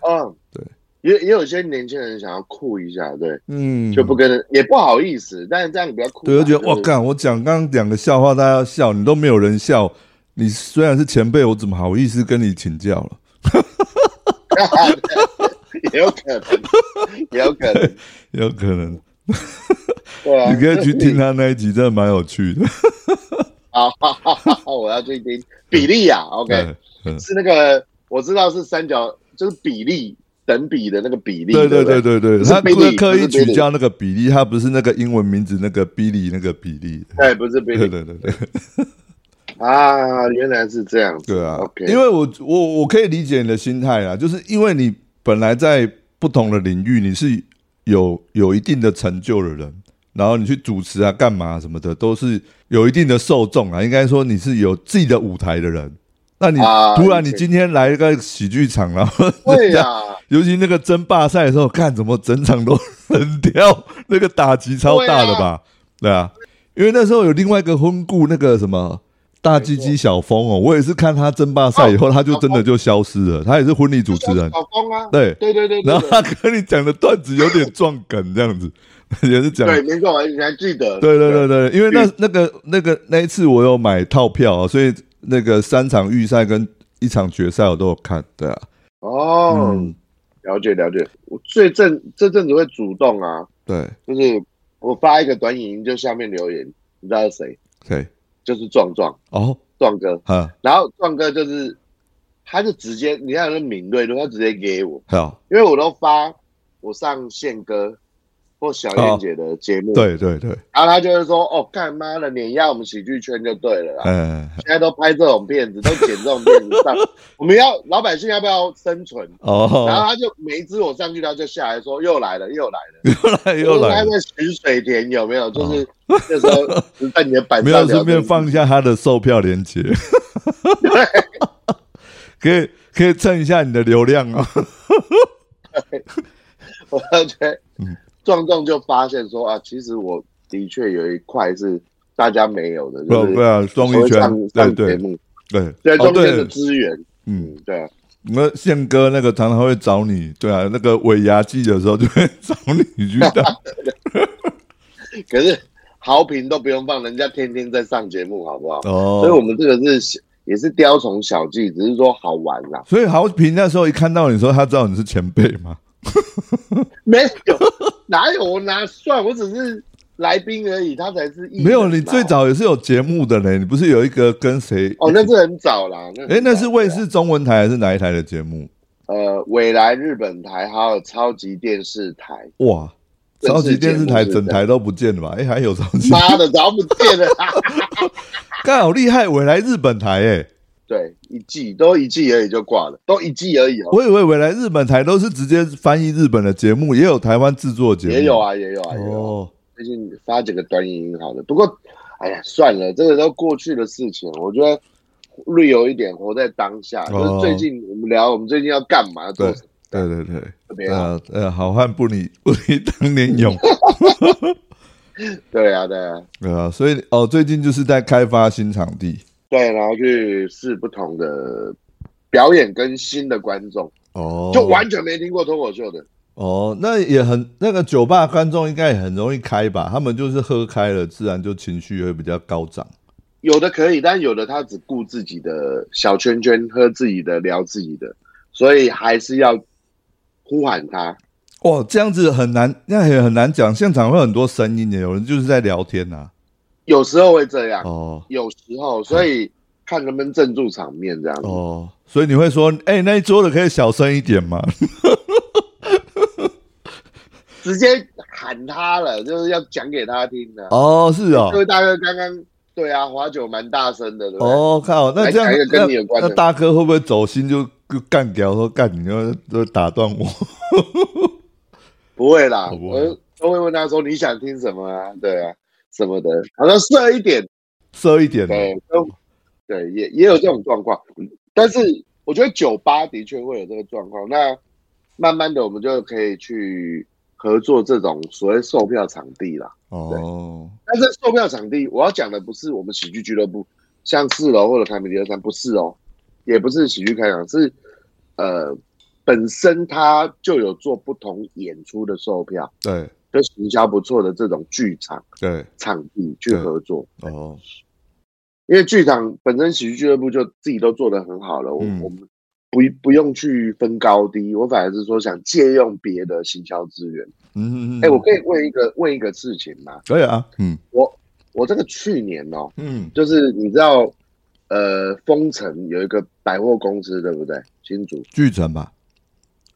Speaker 3: 嗯，
Speaker 2: 对，
Speaker 3: 也也有一些年轻人想要酷一下，对，
Speaker 2: 嗯，
Speaker 3: 就不跟人也不好意思，但是这样比较酷吧。
Speaker 2: 对，就觉得
Speaker 3: 就是
Speaker 2: 哇，干！我讲刚刚两个笑话，大家要笑，你都没有人笑，你虽然是前辈，我怎么好意思跟你请教了？
Speaker 3: 也有可能， 也有 可能，
Speaker 2: 有可能，
Speaker 3: 对啊，
Speaker 2: 你可以去听他那一集，真的蛮有趣的。
Speaker 3: 好，好好好好我要去听比例呀，OK，
Speaker 2: 对嗯
Speaker 3: 是那个我知道是三角，就是比例等比的那个比例，
Speaker 2: 对
Speaker 3: 对
Speaker 2: 对
Speaker 3: 不
Speaker 2: 对对
Speaker 3: 对
Speaker 2: 对，
Speaker 3: 不是
Speaker 2: 他
Speaker 3: Billy，
Speaker 2: 故刻意
Speaker 3: 不是
Speaker 2: 取
Speaker 3: Billy
Speaker 2: 叫那个比利，他不是那个英文名字那个比利那个比利。
Speaker 3: 对，不是比
Speaker 2: 对
Speaker 3: 例
Speaker 2: 对对对
Speaker 3: 啊，原来是这样子，
Speaker 2: 对啊
Speaker 3: OK，！
Speaker 2: 因为我我我可以理解你的心态啦，就是因为你本来在不同的领域你是有有一定的成就的人，然后你去主持啊、干嘛啊什么的，都是有一定的受众啊。应该说你是有自己的舞台的人，那你
Speaker 3: 啊
Speaker 2: 突然
Speaker 3: 理
Speaker 2: 你
Speaker 3: 解
Speaker 2: 今天来一个喜剧场，然后
Speaker 3: 对啊呀，
Speaker 2: 尤其那个争霸赛的时候，看怎么整场都 冷掉，那个打击超大的吧？对啊，因为那时候有另外一个婚故那个什么大鸡鸡小峰哦，我也是看他争霸赛以后，他就真的就消失了。他也是婚礼 主持人，
Speaker 3: 小峰啊，
Speaker 2: 对
Speaker 3: 对对对，对
Speaker 2: 然后他跟你讲的段子有点撞梗，这样子 也是讲
Speaker 3: 对，没错，你还记得？
Speaker 2: 对对对对，因为那那个那个那一次我有买套票、啊，所以那个三场预赛跟一场决赛我都有看，对啊，
Speaker 3: 哦，
Speaker 2: 嗯，
Speaker 3: 了解了解。我最阵这阵子会主动啊，
Speaker 2: 对，
Speaker 3: 就是我发一个短影音，就下面留言，你知道是谁？
Speaker 2: 谁？
Speaker 3: 就是壮壮
Speaker 2: 哦，
Speaker 3: 壮哥，
Speaker 2: 哈，
Speaker 3: 然后壮哥就是，他就直接你看那敏锐度，他直接给我，
Speaker 2: 好，
Speaker 3: 因为我都发我上宪哥或小燕姐的节目，，
Speaker 2: 哦对对对，
Speaker 3: 然后他就会说，哦，干妈的碾压我们喜剧圈就对了啦。
Speaker 2: 嗯，
Speaker 3: 现在都拍这种片子，都剪这种片子上，我们要老百姓要不要生存？然
Speaker 2: 哦，
Speaker 3: 后他就每一只我上去，他就下来说又来了，又来
Speaker 2: 又来
Speaker 3: 了，
Speaker 2: 又来
Speaker 3: 他
Speaker 2: 了，哦
Speaker 3: 在徐水田有没有？就是那时候只在你的板
Speaker 2: 没
Speaker 3: 上
Speaker 2: 有
Speaker 3: 聊
Speaker 2: 顺便放一下他的售票链接， 可以可以蹭一下你的流量啊，
Speaker 3: 我觉得
Speaker 2: 嗯
Speaker 3: 壮壮就发现说啊，其实我的确有一块是大家没有的， 就
Speaker 2: 对
Speaker 3: 是
Speaker 2: 啊，综
Speaker 3: 所
Speaker 2: 艺
Speaker 3: 谓
Speaker 2: 圈
Speaker 3: 上，
Speaker 2: 对
Speaker 3: 上节
Speaker 2: 对
Speaker 3: 目，
Speaker 2: 对，
Speaker 3: 对
Speaker 2: 哦
Speaker 3: 中间的
Speaker 2: 对，
Speaker 3: 资源，
Speaker 2: 嗯。
Speaker 3: 嗯，对啊，
Speaker 2: 那宪哥那个常常会找你，对啊，那个尾牙季的时候就会找你去 打。
Speaker 3: 可是好评都不用放，人家天天在上节目，好不好？所以我
Speaker 2: 哦，
Speaker 3: 们这个是小也是雕虫小技，只是说好玩啦，
Speaker 2: 所以豪平那时候一看到你说他知道你是前辈嘛，
Speaker 3: 没有哪有我哪算，我只是来宾而已，他才是艺人
Speaker 2: 没有，你
Speaker 3: 嘛
Speaker 2: 最早也是有节目的嘞，你不是有一个跟谁？
Speaker 3: 哦，那是很早啦，那
Speaker 2: 哎，
Speaker 3: 很
Speaker 2: 那
Speaker 3: 早啊
Speaker 2: 是卫视中文台还是哪一台的节目？
Speaker 3: 呃未来日本台还有超级电视 台。
Speaker 2: 哇，
Speaker 3: 正
Speaker 2: 超
Speaker 3: 式
Speaker 2: 级电视台
Speaker 3: 节目是
Speaker 2: 整台都不见了吧？哎，还有超 级，
Speaker 3: 妈的，早不见了啦！
Speaker 2: 刚好厉害，未来日本台哎，
Speaker 3: 对，一季都一季而已就挂了，都一季而已哦。
Speaker 2: 我以为未来日本台都是直接翻译日本的节目，也有台湾制作的节目，
Speaker 3: 也有，啊，也有啊，也有啊。
Speaker 2: 哦，
Speaker 3: 最近发几个短影音好的，不过，哎呀，算了，这个都过去的事情。我觉得略有一点活在当下，就是
Speaker 2: 哦
Speaker 3: 最近我们聊我们最近要干嘛，做什么
Speaker 2: 对对对。
Speaker 3: 特别啊好。
Speaker 2: 呃呃，好汉不理不理当年 勇，
Speaker 3: 对啊，对啊，
Speaker 2: 对啊，所以哦，最近就是在开发新场地
Speaker 3: 对，然后去试不同的表演跟新的观众，
Speaker 2: 哦，
Speaker 3: 就完全没听过脱口秀的。
Speaker 2: 哦，那也很那个酒吧观众应该也很容易开吧，他们就是喝开了，自然就情绪会比较高涨。
Speaker 3: 有的可以，但有的他只顾自己的小圈圈，喝自己的，聊自己的，所以还是要呼喊他。
Speaker 2: 哇，这样子很难，那也很难讲，现场会有很多声音的，有人就是在聊天啊呐、
Speaker 3: 有时候会这样，
Speaker 2: 哦
Speaker 3: 有时候，所以看能不能镇住场面这样子。
Speaker 2: 哦，所以你会说，哎、那一桌的可以小声一点吗？
Speaker 3: 直接喊他了，就是要讲给他听的。
Speaker 2: 哦，是哦
Speaker 3: 这，位大哥刚刚对啊，划酒蛮大声的，对不 对？
Speaker 2: 哦，靠！那这样
Speaker 3: 来讲一个跟你有关
Speaker 2: 那那
Speaker 3: 的
Speaker 2: 大哥会不会走心就就干掉说干你要就打断我？
Speaker 3: 不会啦，
Speaker 2: 哦不会
Speaker 3: 我都会问他说你想听什么啊？对啊，什么的。好像射一点，
Speaker 2: 射一点啊
Speaker 3: 对，都对，也也有这种状况。但是我觉得酒吧的确会有这个状况。那慢慢的，我们就可以去合作这种所谓售票场地啦。
Speaker 2: 哦，
Speaker 3: 但是售票场地，我要讲的不是我们喜剧俱乐部，像四楼或者凯美迪二三，不是哦，也不是喜剧开场，是呃本身它就有做不同演出的售票，
Speaker 2: 对
Speaker 3: 跟行销不错的这种剧场
Speaker 2: 对
Speaker 3: 场地去合作，
Speaker 2: 哦，
Speaker 3: 因为剧场本身喜剧俱乐部就自己都做得很好了，我、
Speaker 2: 嗯
Speaker 3: 我们。不不用去分高低，我反而是说想借用别的行销资源。
Speaker 2: 嗯，嗯嗯
Speaker 3: 哎、我可以问一个问一个事情吗？
Speaker 2: 可以啊，嗯
Speaker 3: 我这个去年哦、
Speaker 2: 嗯，
Speaker 3: 就是你知道，呃，丰城有一个百货公司，对不对？新竹
Speaker 2: 巨城吧，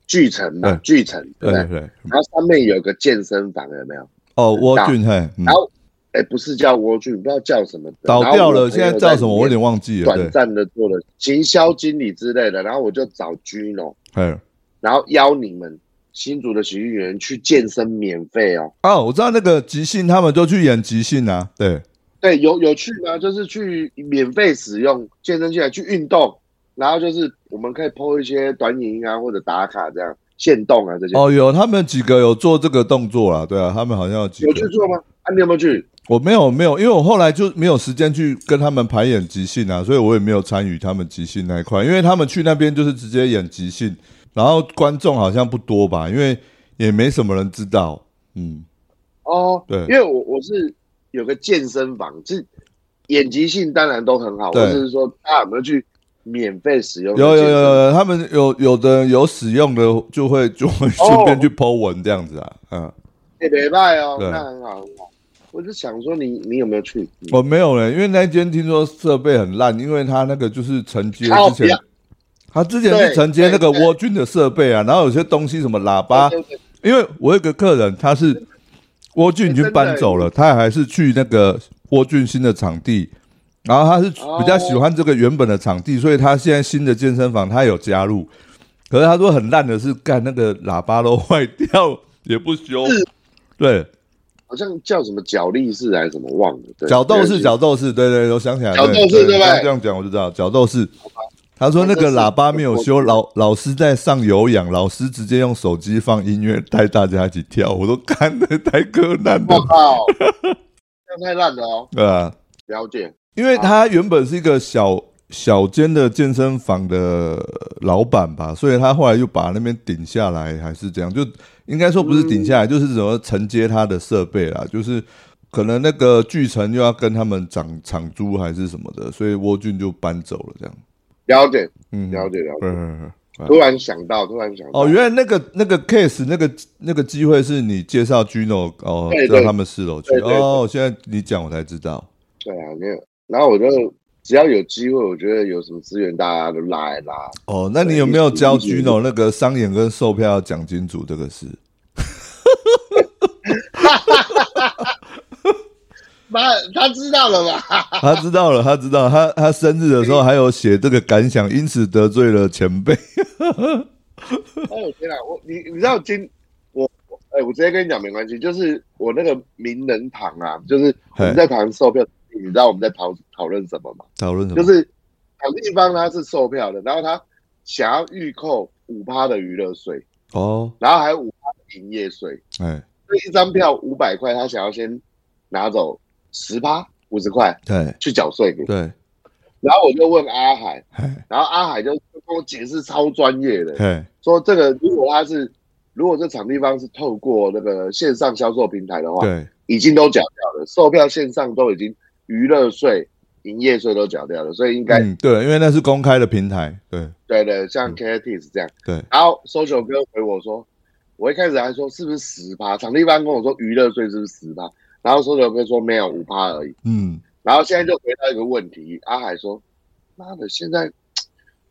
Speaker 3: 巨城嘛，
Speaker 2: 对
Speaker 3: 巨城对不
Speaker 2: 对
Speaker 3: 对？
Speaker 2: 对对，
Speaker 3: 然后上面有个健身房，有没有？
Speaker 2: 哦，窝俊嘿，嗯
Speaker 3: 然后，哎、不是叫蜗居，不知道叫什么的，
Speaker 2: 倒掉了，现
Speaker 3: 然后
Speaker 2: 在
Speaker 3: 我朋友
Speaker 2: 叫什么？我有
Speaker 3: 里面
Speaker 2: 点忘记了，
Speaker 3: 短
Speaker 2: 对，
Speaker 3: 暂的做了行销经理之类的，然后我就找 Gino，
Speaker 2: 嘿，
Speaker 3: 然后邀你们新竹的喜剧演员去健身免费哦。
Speaker 2: 哦，我知道那个即兴，他们就去演即兴啊，对，
Speaker 3: 对，有有去吗？就是去免费使用健身器材去运动，然后就是我们可以 PO 一些短影音啊，或者打卡这样，限动
Speaker 2: 哦
Speaker 3: 啊这些。
Speaker 2: 哦，有他们几个有做这个动作啦，对啊，他们好像有几
Speaker 3: 有去
Speaker 2: 个，
Speaker 3: 做吗？啊，你有没有去？
Speaker 2: 我没有没有，因为我后来就没有时间去跟他们排演即兴啊，所以我也没有参与他们即兴那一块，因为他们去那边就是直接演即兴，然后观众好像不多吧，因为也没什么人知道，嗯，
Speaker 3: 哦，
Speaker 2: 对
Speaker 3: 因为我我是有个健身房，是演即兴当然都很好，
Speaker 2: 对
Speaker 3: 我只是说大家有没有去免费使用？
Speaker 2: 有有有，有，他们有有的有使用的就会就会
Speaker 3: 哦
Speaker 2: 顺便去 Po 文这样子啊，嗯，
Speaker 3: 也没卖哦，
Speaker 2: 对
Speaker 3: 那很好很好。我就想说你你有没有去？
Speaker 2: 我哦没有嘞，因为那间听说设备很烂，因为他那个就是承接
Speaker 3: 靠
Speaker 2: 之前
Speaker 3: 边，
Speaker 2: 他之前
Speaker 3: 对
Speaker 2: 是承接那个
Speaker 3: 对对
Speaker 2: 蜗菌的设备啊，然后有些东西什么喇叭，
Speaker 3: 对对对
Speaker 2: 因为我有个客人，他是蜗俊已经搬走了，他还是去那个蜗俊新的场地，然后他是
Speaker 3: 哦
Speaker 2: 比较喜欢这个原本的场地，所以他现在新的健身房他有加入，可是他说很烂的是，干那个喇叭都 坏掉也不修，对，
Speaker 3: 好像叫什么角力士还是什么忘了。对
Speaker 2: 角斗士，
Speaker 3: 对
Speaker 2: 角斗士，对对，我想起来，
Speaker 3: 角斗士对不对
Speaker 2: 刚刚这样讲我就知道，角斗士。他说那个喇叭没有修，老老师在上有氧，老师直接用手机放音乐带大家一起跳，我都看的太柯南
Speaker 3: 不起
Speaker 2: 了，
Speaker 3: 我靠，这样太烂了哦。
Speaker 2: 对啊，
Speaker 3: 了解，
Speaker 2: 因为他原本是一个小小间的健身房的老板吧，所以他后来又把那边顶下来，还是这样，就应该说不是顶下来，
Speaker 3: 嗯
Speaker 2: 就是怎么承接他的设备啦，就是可能那个巨城又要跟他们涨涨租还是什么的，所以沃俊就搬走了这样。
Speaker 3: 了解，
Speaker 2: 嗯，
Speaker 3: 了解，了解。
Speaker 2: 嗯。
Speaker 3: 突然想到，突然想到，
Speaker 2: 哦，原来那个那个 case 那个那个机会是你介绍 Gino 哦
Speaker 3: 对，对
Speaker 2: 到他们四楼去
Speaker 3: 对对对
Speaker 2: 哦，现在你讲我才知道，
Speaker 3: 对啊，没有。然后我就只要有机会，我觉得有什么资源，大家都拉一拉。
Speaker 2: 哦，那你
Speaker 3: 对
Speaker 2: 有没有
Speaker 3: 一
Speaker 2: 教
Speaker 3: 一点
Speaker 2: Gino 那个商演跟售票要讲清楚这个事？
Speaker 3: 妈，他知道了吧？
Speaker 2: 他知道了，他知道，他他生日的
Speaker 3: 哎
Speaker 2: 时候还有写这个感想，因此得罪了前辈。
Speaker 3: 哦天哪，我你你知道今我我哎、我直接跟你讲没关系，就是我那个名人堂啊，就是我们在谈售票，你知道我们在讨讨论什么吗？
Speaker 2: 讨论什么？
Speaker 3: 就是场地方他是售票的，然后他想要预扣五趴的娱乐税，
Speaker 2: 哦，
Speaker 3: 然后还有五趴的营业税，
Speaker 2: 哎，
Speaker 3: 所以一张票五百块，他想要先拿走十趴五十块
Speaker 2: 对
Speaker 3: 去缴税给
Speaker 2: 对，
Speaker 3: 然后我就问阿海，
Speaker 2: 哎
Speaker 3: 然后阿海就跟我解释超专业的，
Speaker 2: 哎
Speaker 3: 说这个如果他是如果这场地方是透过那个线上销售平台的话，
Speaker 2: 对
Speaker 3: 已经都缴掉了，售票线上都已经娱乐税、营业税都缴掉了，所以应该、
Speaker 2: 嗯对，因为那是公开的平台，对
Speaker 3: 对对，像 KTS 这样。
Speaker 2: 对
Speaker 3: 然后 social 哥回我说，我一开始还说是不是十趴，场地方跟我说娱乐税是不是十趴，然后 social 哥说没有五趴而已。
Speaker 2: 嗯
Speaker 3: 然后现在就回到一个问题，阿海说：“妈的，现在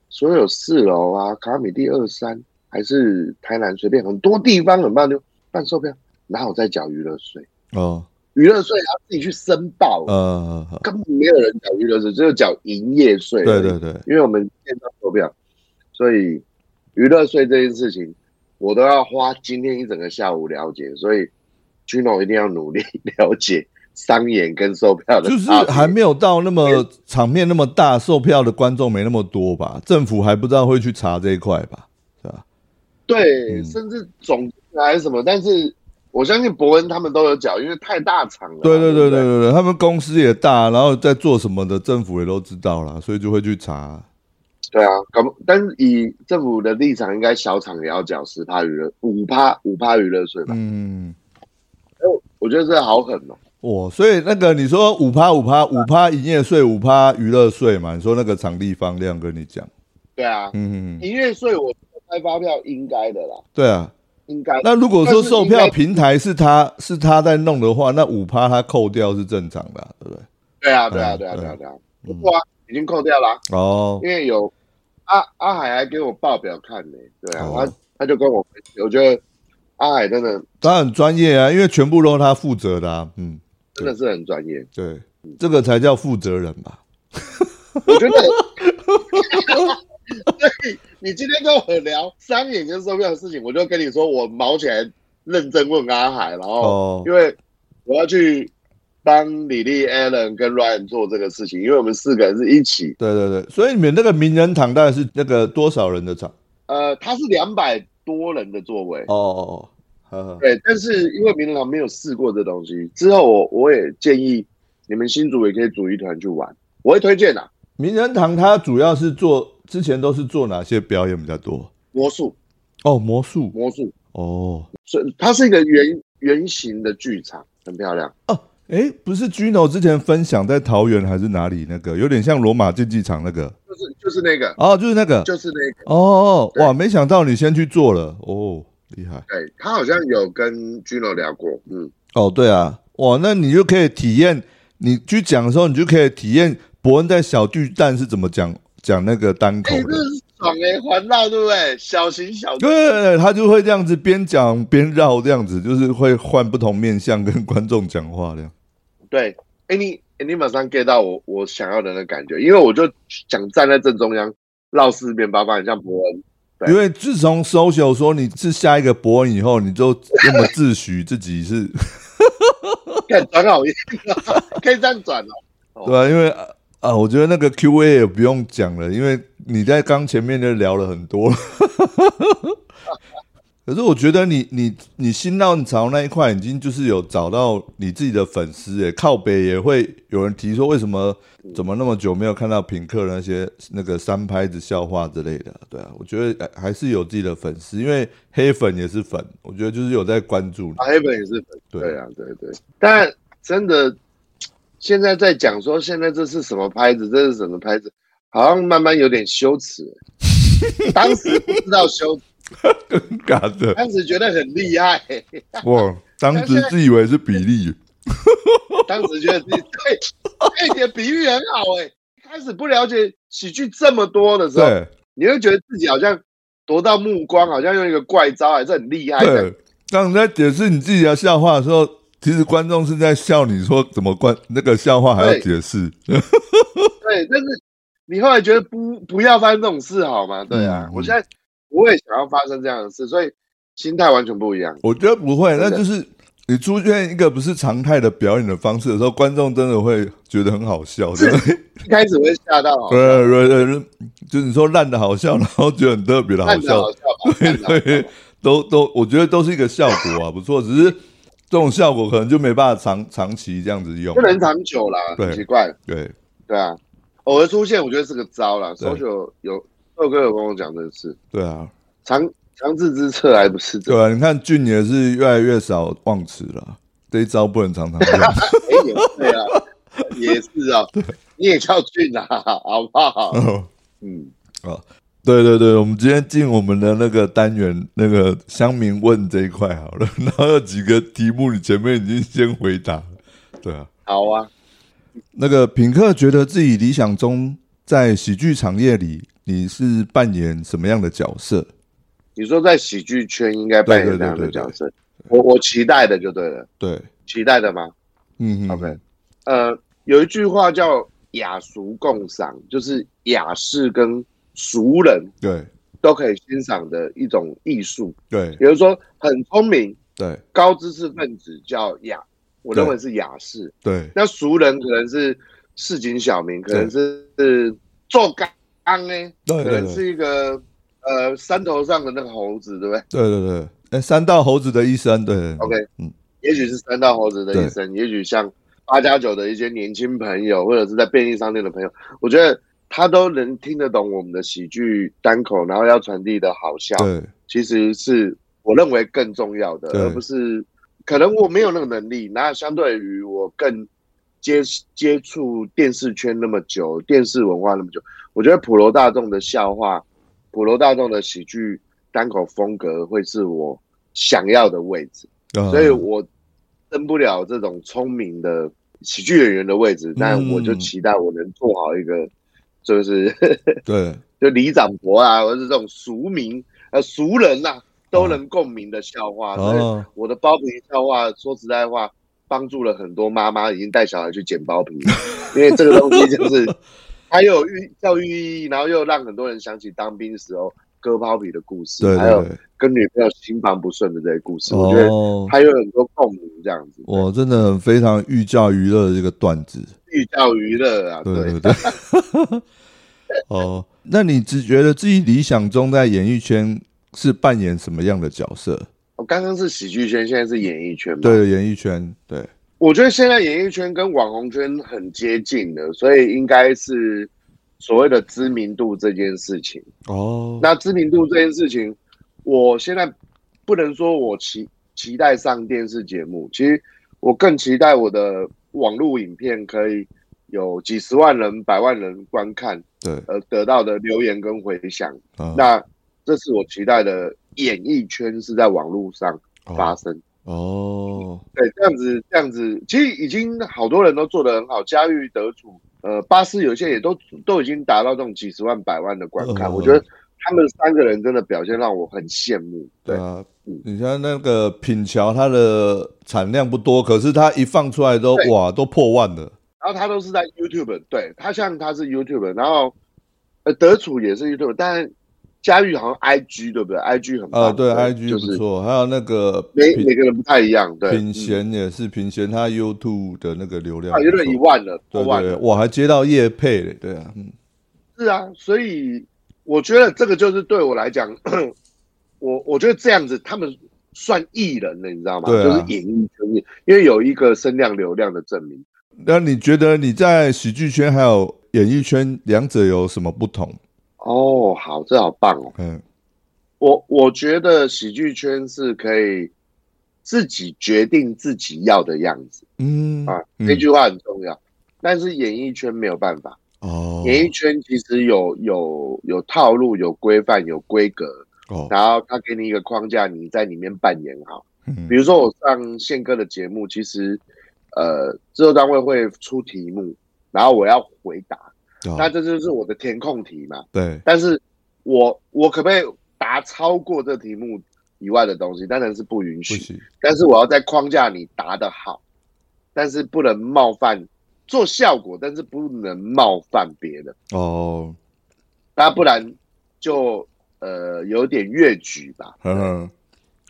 Speaker 3: 所有四楼啊，卡米蒂二三，还是台南随便很多地方很办就办售票，哪有在缴娱乐税？
Speaker 2: 哦
Speaker 3: 娱乐税还要自己去申报，
Speaker 2: 呃，
Speaker 3: 根本没有人缴娱乐税，只有缴营业税。
Speaker 2: 对对，对，
Speaker 3: 因为我们线上售票，所以娱乐税这件事情，我都要花今天一整个下午了解，所以 Gino 一定要努力 了解商演跟售票的
Speaker 2: 就是
Speaker 3: 差别
Speaker 2: 还没有到那么场面那么大，售票的观众没那么多吧，政府还不知道会去查这一块吧，是吧？
Speaker 3: 对，
Speaker 2: 嗯
Speaker 3: 甚至总还是什么，但是我相信伯恩他们都有缴，因为太大场了。
Speaker 2: 啊对对对
Speaker 3: 对
Speaker 2: 对
Speaker 3: 不
Speaker 2: 对对，他们公司也大，然后在做什么的，政府也都知道啦，所以就会去查。
Speaker 3: 对啊，搞不，但是以政府的立场，应该小厂也要缴十趴娱乐五趴五趴娱乐税吧？
Speaker 2: 嗯，
Speaker 3: 我觉得这好狠哦、
Speaker 2: 哇，所以那个你说五趴五趴五趴营业税五趴娱乐税嘛，你说那个场地方亮跟你讲，
Speaker 3: 对啊，
Speaker 2: 嗯，
Speaker 3: 营业税我开发票应该的啦，
Speaker 2: 对啊。
Speaker 3: 应该
Speaker 2: 那如果说售票
Speaker 3: 但是
Speaker 2: 平台是他是他在弄的话，那五趴他扣掉是正常的啊、对不对？
Speaker 3: 对啊对啊对啊
Speaker 2: 嗯
Speaker 3: 对啊对啊，不过啊，已经扣掉了啊、
Speaker 2: 哦
Speaker 3: 因为有阿阿海还给我报表看呢、对啊，
Speaker 2: 哦
Speaker 3: 他他就跟我分析，我觉得阿海真的
Speaker 2: 他很专业啊，因为全部都是他负责的啊。嗯，
Speaker 3: 真的是很专业，
Speaker 2: 对，这个才叫负责人吧？
Speaker 3: 我 觉得，对你今天跟我聊商演跟售票的事情，我就跟你说，我毛起来认真问阿海，然后、
Speaker 2: 哦
Speaker 3: 因，为我要去帮李丽、Allen 跟 Ryan 做这个事情，因为我们四个人是一起，
Speaker 2: 对对对，所以你们那个名人堂大概是那个多少人的场？
Speaker 3: 呃，他是两百多人的座位，
Speaker 2: 哦哦哦，呵呵
Speaker 3: 对，但是因为明朗没有试过这东西，之后我我也建议你们新组也可以组一团去玩，我会推荐啊的、
Speaker 2: 名人堂它主要是做之前都是做哪些表演比较多？
Speaker 3: 魔术，
Speaker 2: 哦，魔术
Speaker 3: 魔术，
Speaker 2: 哦
Speaker 3: 所以它是一个圆圆形的剧场，很漂亮。
Speaker 2: 哦，哎，不是 Gino 之前分享在桃园还是哪里那个，有点像罗马竞技场那个
Speaker 3: 就是就是那个，
Speaker 2: 哦，就是那个
Speaker 3: 就是那个，
Speaker 2: 哦
Speaker 3: 对
Speaker 2: 哇，没想到你先去做了哦，厉害
Speaker 3: 对哎他好像有跟 Gino 聊过，嗯，
Speaker 2: 哦，对啊，哇，那你就可以体验，你去讲的时候，你就可以体验伯恩在小巨蛋是怎么讲讲那个单口
Speaker 3: 哎、这
Speaker 2: 的。
Speaker 3: 是爽哎、环绕对不对？小型小
Speaker 2: 对对，对他就会这样子边讲边绕，这样子就是会换不同面向跟观众讲话这样。
Speaker 3: 对，哎、你、哎你马上 get 到我我想要的那感觉，因为我就想站在正中央绕四面八方，很像伯恩。 对
Speaker 2: 因为自从 social 说你是下一个伯恩以后，你就那么自诩自己是，
Speaker 3: 看转好硬，可以这样转哦。
Speaker 2: 对吧、因为啊、啊我觉得那个 Q&A 也不用讲了，因为你在刚前面就聊了很多了。 可是我觉得你你你新浪潮那一块已经就是有找到你自己的粉丝诶，靠北也会有人提说为什么怎么那么久没有看到品客的那些那个三拍子笑话之类的，对啊，我觉得还是有自己的粉丝，因为黑粉也是粉，我觉得就是有在关注你。
Speaker 3: 啊，黑本也是本，
Speaker 2: 对
Speaker 3: 对啊，对对。但真的，现在在讲说现在这是什么拍子，这是什么拍子，好像慢慢有点羞耻欸。当时不知道羞耻，
Speaker 2: 嘎的，
Speaker 3: 当时觉得很厉 害欸、
Speaker 2: 哇！当时自以为是比例，
Speaker 3: 当时觉得自己对，哎、你的比喻很好哎、开始不了解喜剧这么多的时候，
Speaker 2: 对
Speaker 3: 你会觉得自己好像夺到目光，好像用一个怪招，还是很厉害的。
Speaker 2: 对。当你在解释你自己的笑话的时候，其实观众是在笑你说怎么关那个笑话还要解释。
Speaker 3: 对，但是你后来觉得不不要发生这种事好吗？对啊，
Speaker 2: 嗯
Speaker 3: 我现在我也想要发生这样的事，所以心态完全不一样。
Speaker 2: 我觉得不会，那
Speaker 3: 真的
Speaker 2: 就是你出现一个不是常态的表演的方式的时候，观众真的会觉得很好笑。真的
Speaker 3: 一开始会吓到哦，
Speaker 2: 对对对对，呃就是你说烂的好笑，然后觉得很特别的好
Speaker 3: 看着
Speaker 2: 啊笑
Speaker 3: 好，笑吧，看着好笑
Speaker 2: 对，都都，我觉得都是一个效果啊，不错。只是这种效果可能就没办法长长期这样子用
Speaker 3: 不。能长久啦，
Speaker 2: 对
Speaker 3: 很奇怪，
Speaker 2: 对，
Speaker 3: 对啊，偶尔出现我觉得是个招啦。
Speaker 2: 对
Speaker 3: social 有豆哥有跟我讲这个事，
Speaker 2: 对啊，
Speaker 3: 长长治之策还不是这
Speaker 2: 对啊，你看俊也是越来越少忘词了，这一招不能常常用。
Speaker 3: 哎也对啊，也是啊， 你也叫俊啊，好不 好？嗯，
Speaker 2: 哦对对对，我们今天进我们的那个单元，那个乡民问这一块好了， 然后有几个题目你前面已经先回答了，对啊。
Speaker 3: 好啊，
Speaker 2: 那个品客觉得自己理想中在喜剧产业里，你是扮演什么样的角色？
Speaker 3: 你说在喜剧圈应该扮演
Speaker 2: 对对
Speaker 3: 怎
Speaker 2: 对
Speaker 3: 样的
Speaker 2: 对对
Speaker 3: 角色？我我期待的就对了，
Speaker 2: 对，
Speaker 3: 期待的吗？
Speaker 2: 嗯
Speaker 3: OK 呃，有一句话叫“雅俗共赏”，就是雅士跟俗人
Speaker 2: 对
Speaker 3: 都可以欣赏的一种艺术。
Speaker 2: 对
Speaker 3: 比如说，很聪明、
Speaker 2: 对
Speaker 3: 高知识分子叫雅，我认
Speaker 2: 对
Speaker 3: 为是雅士。
Speaker 2: 对
Speaker 3: 那俗人可能是市井小民，可能是是做干呢，
Speaker 2: 对
Speaker 3: 可
Speaker 2: 对
Speaker 3: 能
Speaker 2: 对
Speaker 3: 是一个呃山头上的那个猴子，对不对？
Speaker 2: 对对对，哎，三道猴子的一生，对
Speaker 3: OK
Speaker 2: 嗯，
Speaker 3: 也许是三道猴子的一生，也许像八加九的一些年轻朋友，或者是在便利商店的朋友，我觉得他都能听得懂我们的喜剧单口，然后要传递的好笑，
Speaker 2: 对
Speaker 3: 其实是我认为更重要的，
Speaker 2: 对
Speaker 3: 而不是可能我没有那个能力，那相对于我更接接触电视圈那么久，电视文化那么久，我觉得普罗大众的笑话，普罗大众的喜剧单口风格会是我想要的位置。
Speaker 2: 啊
Speaker 3: 所以我争不了这种聪明的喜剧演员的位置，但我就期待我能做好一个，就是
Speaker 2: 对
Speaker 3: 就李长博啊，或者是这种俗民呃俗人呐、都能共鸣的笑话。所以
Speaker 2: 哦，
Speaker 3: 我的包皮笑话，说实在话，帮助了很多妈妈已经带小孩去剪包皮，因为这个东 西就是它又有寓教育意义，然后又让很多人想起当兵时候割包皮的故事，
Speaker 2: 对
Speaker 3: 还有
Speaker 2: 对
Speaker 3: 跟女朋友心房不顺的这些故事，
Speaker 2: 对，
Speaker 3: 我觉得。
Speaker 2: 哦，
Speaker 3: 还有很多共鸣这样子，
Speaker 2: 我真的很非常寓教于乐的这个段子，
Speaker 3: 寓教于乐啊，
Speaker 2: 对对对。 哦，那你只觉得自己理想中在演艺圈是扮演什么样的角色？
Speaker 3: 我刚刚是喜剧圈，现在是演艺圈嘛。，
Speaker 2: 对演艺圈，对
Speaker 3: 我觉得现在演艺圈跟网红圈很接近的，所以应该是所谓的知名度这件事情。
Speaker 2: 哦，
Speaker 3: 那知名度这件事情，我现在不能说我期期待上电视节目，其实我更期待我的网络影片可以有几十万人、百万人观看，
Speaker 2: 对，
Speaker 3: 而得到的留言跟回响。
Speaker 2: 嗯
Speaker 3: 那这是我期待的演艺圈是在网络上发生。
Speaker 2: 哦，
Speaker 3: 对，这样子，这样子，其实已经好多人都做得很好，佳玉得主，呃，巴斯有些也都都已经达到这种几十万、百万的观看，
Speaker 2: 嗯
Speaker 3: 我觉得他们三个人真的表现让我很羡慕。对，
Speaker 2: 对啊，
Speaker 3: 嗯
Speaker 2: 你像那个品桥，它的产量不多，可是它一放出来都
Speaker 3: 对
Speaker 2: 哇，都破万了。
Speaker 3: 然后他都是在 YouTube，对他像他是 YouTube，然后呃，德楚也是 YouTube，但佳玉好像 IG 对不啊对？IG 很棒
Speaker 2: 呃，对
Speaker 3: 就
Speaker 2: ，IG 不
Speaker 3: 是
Speaker 2: 错，还有那个
Speaker 3: 每
Speaker 2: 品
Speaker 3: 每个人不太一样，对，
Speaker 2: 品
Speaker 3: 嗯
Speaker 2: 贤也是品贤，他 YouTube 的那个流量
Speaker 3: 啊，有
Speaker 2: 不
Speaker 3: 点
Speaker 2: 错
Speaker 3: 一万了，
Speaker 2: 对
Speaker 3: 破万
Speaker 2: 对，
Speaker 3: 了，
Speaker 2: 我还接到叶配嘞，对啊，嗯，
Speaker 3: 是啊，所以我觉得这个就是对我来讲， 我我觉得这样子他们算艺人了，你知道吗？
Speaker 2: 对啊
Speaker 3: 就是演艺圈，因为有一个声量流量的证明。
Speaker 2: 那你觉得你在喜剧圈还有演艺圈两者有什么不同？
Speaker 3: 哦，好，这好棒哦！
Speaker 2: 嗯，
Speaker 3: 我我觉得喜剧圈是可以自己决定自己要的样子
Speaker 2: 嗯
Speaker 3: 啊，
Speaker 2: 嗯
Speaker 3: 这句话很重要。但是演艺圈没有办法，
Speaker 2: 哦，
Speaker 3: 演艺圈其实有有有套路、有规范、有规格，
Speaker 2: 哦，
Speaker 3: 然后他给你一个框架，你在里面扮演好。
Speaker 2: 嗯
Speaker 3: 比如说我上宪哥的节目，其实呃制作单位会出题目，然后我要回答，那
Speaker 2: 哦
Speaker 3: 这就是我的填空题嘛。
Speaker 2: 对，
Speaker 3: 但是我我可不可以答超过这题目以外的东西？当然是不允
Speaker 2: 不
Speaker 3: 许，
Speaker 2: 行，
Speaker 3: 但是我要在框架里答得好，但是不能冒犯做效果，但是不能冒犯别人，
Speaker 2: 哦，
Speaker 3: 那不然就呃有点越矩吧。
Speaker 2: 呵呵。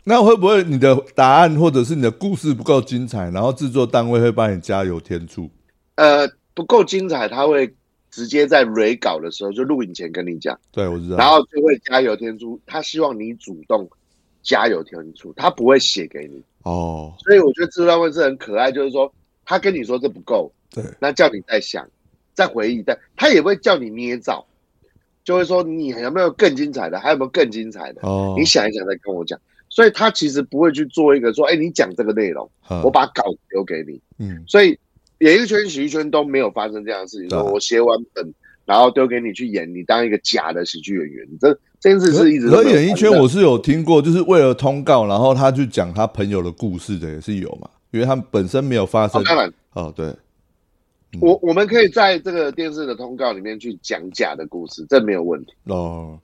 Speaker 2: 那会不会你的答案或者是你的故事不够精彩，然后制作单位会帮你加油添醋？
Speaker 3: 呃不够精彩，他会直接在 re 稿的时候就录影前跟你讲，
Speaker 2: 对，啊我知道。
Speaker 3: 然后就会加油添醋。他希望你主动加油添醋，他不会写给你。
Speaker 2: 哦，
Speaker 3: 所以我觉得制作单位是很可爱，就是说他跟你说这不够，
Speaker 2: 对，
Speaker 3: 那叫你再想、再回忆，但他也不会叫你捏造，就会说你有没有更精彩的，还有没有更精彩的，
Speaker 2: 哦，
Speaker 3: 你想一想再跟我讲。所以他其实不会去做一个说，哎、你讲这个内容，
Speaker 2: 嗯
Speaker 3: 我把稿留给你。
Speaker 2: 嗯
Speaker 3: 所以演艺圈、喜剧圈都没有发生这样的事情。
Speaker 2: 对啊
Speaker 3: 说我写完本，然后丢给你去演，你当一个假的喜剧演员，这这件事是一直
Speaker 2: 可
Speaker 3: 都
Speaker 2: 是
Speaker 3: 没有
Speaker 2: 演艺圈
Speaker 3: 发生
Speaker 2: 我是有听过，就是为了通告，然后他去讲他朋友的故事的也是有嘛，因为他们本身没有发生
Speaker 3: 哦，。当然，
Speaker 2: 哦，对，嗯
Speaker 3: 我我们可以在这个电视的通告里面去讲假的故事，这没有问题。
Speaker 2: 哦，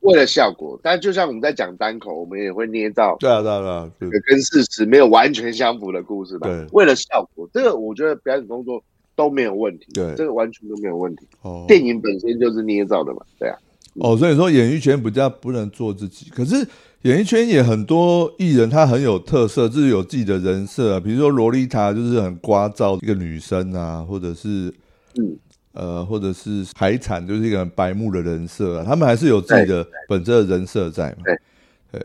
Speaker 3: 为了效果，但就像我们在讲单口，我们也会捏造
Speaker 2: 对啊，对啊，对啊，对
Speaker 3: 跟事实没有完全相符的故事吧
Speaker 2: 对。
Speaker 3: 为了效果，这个我觉得表演工作都没有问题，
Speaker 2: 对
Speaker 3: 这个完全都没有问题。
Speaker 2: 哦
Speaker 3: 电影本身就是捏造的嘛，对啊，
Speaker 2: 哦，所以说演艺圈比较不能做自己，可是演艺圈也很多艺人，他很有特色，就是有自己的人设、啊，比如说洛丽塔就是很聒噪一个女生啊，或者是
Speaker 3: 嗯。
Speaker 2: 呃，或者是海产，就是一个很白目的人设啊，他们还是有自己的本身的人设在嘛。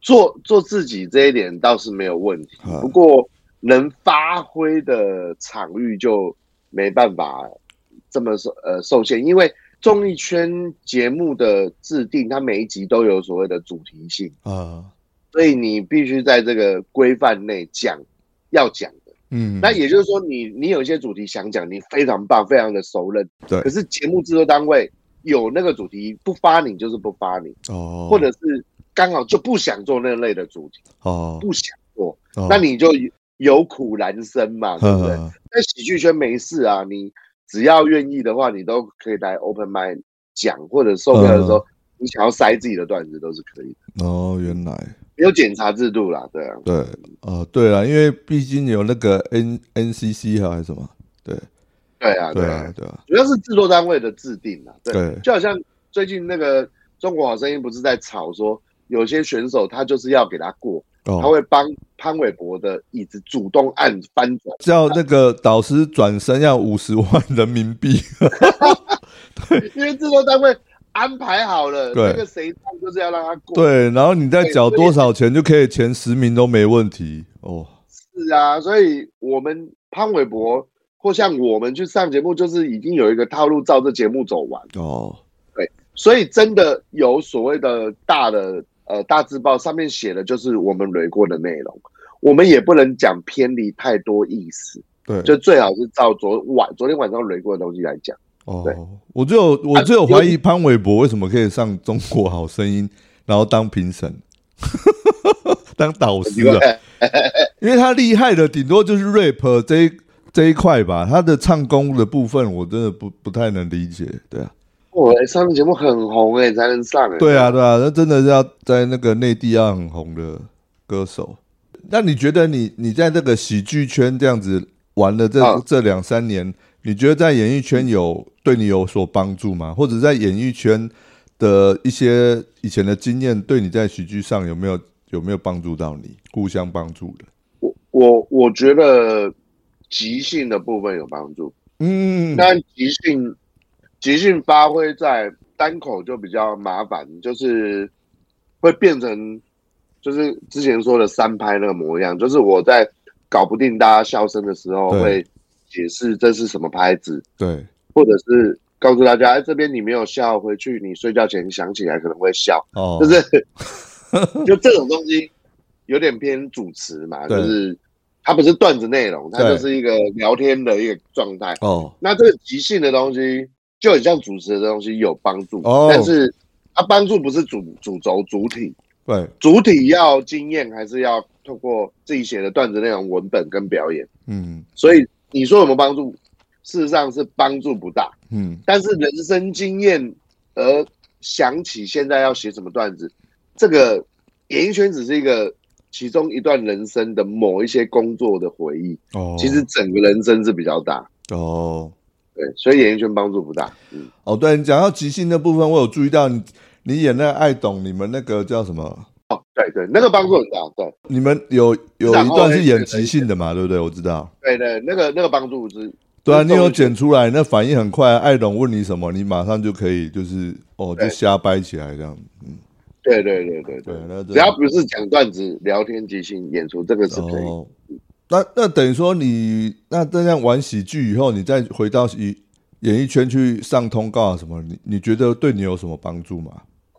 Speaker 3: 做做自己这一点倒是没有问题
Speaker 2: 啊，
Speaker 3: 不过能发挥的场域就没办法这么受呃受限，因为综艺圈节目的制定，它每一集都有所谓的主题性，
Speaker 2: 啊，
Speaker 3: 所以你必须在这个规范内讲要讲的。
Speaker 2: 嗯，
Speaker 3: 那也就是说你，你有一些主题想讲，你非常棒，非常的熟稔，
Speaker 2: 对
Speaker 3: 可是节目制作单位有那个主题不发你就是不发你，
Speaker 2: 哦，
Speaker 3: 或者是刚好就不想做那类的主题，
Speaker 2: 哦，
Speaker 3: 不想做。
Speaker 2: 哦
Speaker 3: 那你就有苦难生嘛，对不对？
Speaker 2: 呵
Speaker 3: 在喜剧圈没事啊，你只要愿意的话，你都可以来 open mind 讲，或者受票的时候，你想要塞自己的段子都是可以的，
Speaker 2: 哦，原来
Speaker 3: 没有检查制度啦，对啊，
Speaker 2: 对哦，对了，因为毕竟有那个 N NCC 还是什么，对
Speaker 3: 对啊，
Speaker 2: 对
Speaker 3: 啊
Speaker 2: 啊，，对啊，
Speaker 3: 主要是制作单位的制定啊，对，
Speaker 2: 对
Speaker 3: 就好像最近那个《中国好声音》不是在吵说，有些选手他就是要给他过，
Speaker 2: 哦，
Speaker 3: 他会帮潘玮柏的椅子主动按翻转，
Speaker 2: 叫那个导师 转身要五十万人民币。
Speaker 3: 因为制作单位安排好了，
Speaker 2: 对
Speaker 3: 那个谁唱就是要让他过。
Speaker 2: 对，然后你再缴多少钱就可以前十名都没问题哦。
Speaker 3: 是啊，所以我们潘玮柏或像我们去上节目，就是已经有一个套路，照这节目走完。
Speaker 2: 哦，
Speaker 3: 所以真的有所谓的大的呃大字报上面写的就是我们捋过的内容，我们也不能讲偏离太多意思，
Speaker 2: 对，
Speaker 3: 就最好是照昨晚昨天晚上捋过的东西来讲。对
Speaker 2: 哦，我只有我只有怀疑潘玮柏为什么可以上《中国好声音》，然后当评审， 当导师啊， 因为他厉害的顶多就是 rap 这一这一块吧，他的唱功的部分我真的不不太能理解，对啊，
Speaker 3: 我、欸、上面节目很红哎、才能上哎、
Speaker 2: 对啊，对啊，那真的是要在那个内地要很红的歌手。那你觉得你你在这个喜剧圈这样子玩了这、
Speaker 3: 啊
Speaker 2: 这两三年，你觉得在演艺圈有对你有所帮助吗？或者在演艺圈的一些以前的经验，对你在喜剧上有没有有没有帮助到你？互相帮助的。
Speaker 3: 我我我觉得即兴的部分有帮助，
Speaker 2: 嗯，
Speaker 3: 但即兴即兴发挥在单口就比较麻烦，就是会变成就是之前说的三拍那个模样，就是我在搞不定大家笑声的时候，
Speaker 2: 对
Speaker 3: 会解释这是什么拍子，
Speaker 2: 对
Speaker 3: 或者是告诉大家，哎，这边你没有笑，回去你睡觉前想起来可能会笑，
Speaker 2: 哦，
Speaker 3: 就是就这种东西有点偏主持嘛，
Speaker 2: 对
Speaker 3: 就是它不是段子内容，它
Speaker 2: 对
Speaker 3: 就是一个聊天的一个状态。
Speaker 2: 哦
Speaker 3: 那这个即兴的东西就很像主持的东西有帮助，
Speaker 2: 哦
Speaker 3: 但是它帮助不是主主轴主体，
Speaker 2: 对，
Speaker 3: 主体要经验还是要透过自己写的段子内容、文本跟表演。
Speaker 2: 嗯
Speaker 3: 所以你说有没有帮助？事实上是帮助不大，
Speaker 2: 嗯
Speaker 3: 但是人生经验而想起现在要写什么段子，这个演艺圈只是一个其中一段人生的某一些工作的回忆，
Speaker 2: 哦，
Speaker 3: 其实整个人生是比较大，
Speaker 2: 哦。
Speaker 3: 对，所以演艺圈帮助不大。嗯，
Speaker 2: 哦，对你讲到即兴的部分，我有注意到你，你演那个爱董，你们那个叫什么？
Speaker 3: 哦，对对，那个帮助很大，对
Speaker 2: 你们有有
Speaker 3: 然
Speaker 2: 一
Speaker 3: 后
Speaker 2: 段
Speaker 3: 会
Speaker 2: 是演
Speaker 3: 觉得
Speaker 2: 即兴的嘛，对不对？我知道。
Speaker 3: 对对，那个那个帮助是，
Speaker 2: 对啊，你有
Speaker 3: 就是
Speaker 2: 剪出来，那反应很快。啊爱董问你什么，你马上就可以，就是哦，就
Speaker 3: 对
Speaker 2: 瞎掰起来这样。
Speaker 3: 对对对
Speaker 2: 对
Speaker 3: 对对，，
Speaker 2: 那真的
Speaker 3: 只要不是讲段子、聊天、即兴、演出，这个是可以。
Speaker 2: 哦，那那等于说你那这样玩喜剧以后，你再回到演演艺圈去上通告啊什么，你你觉得对你有什么帮助吗？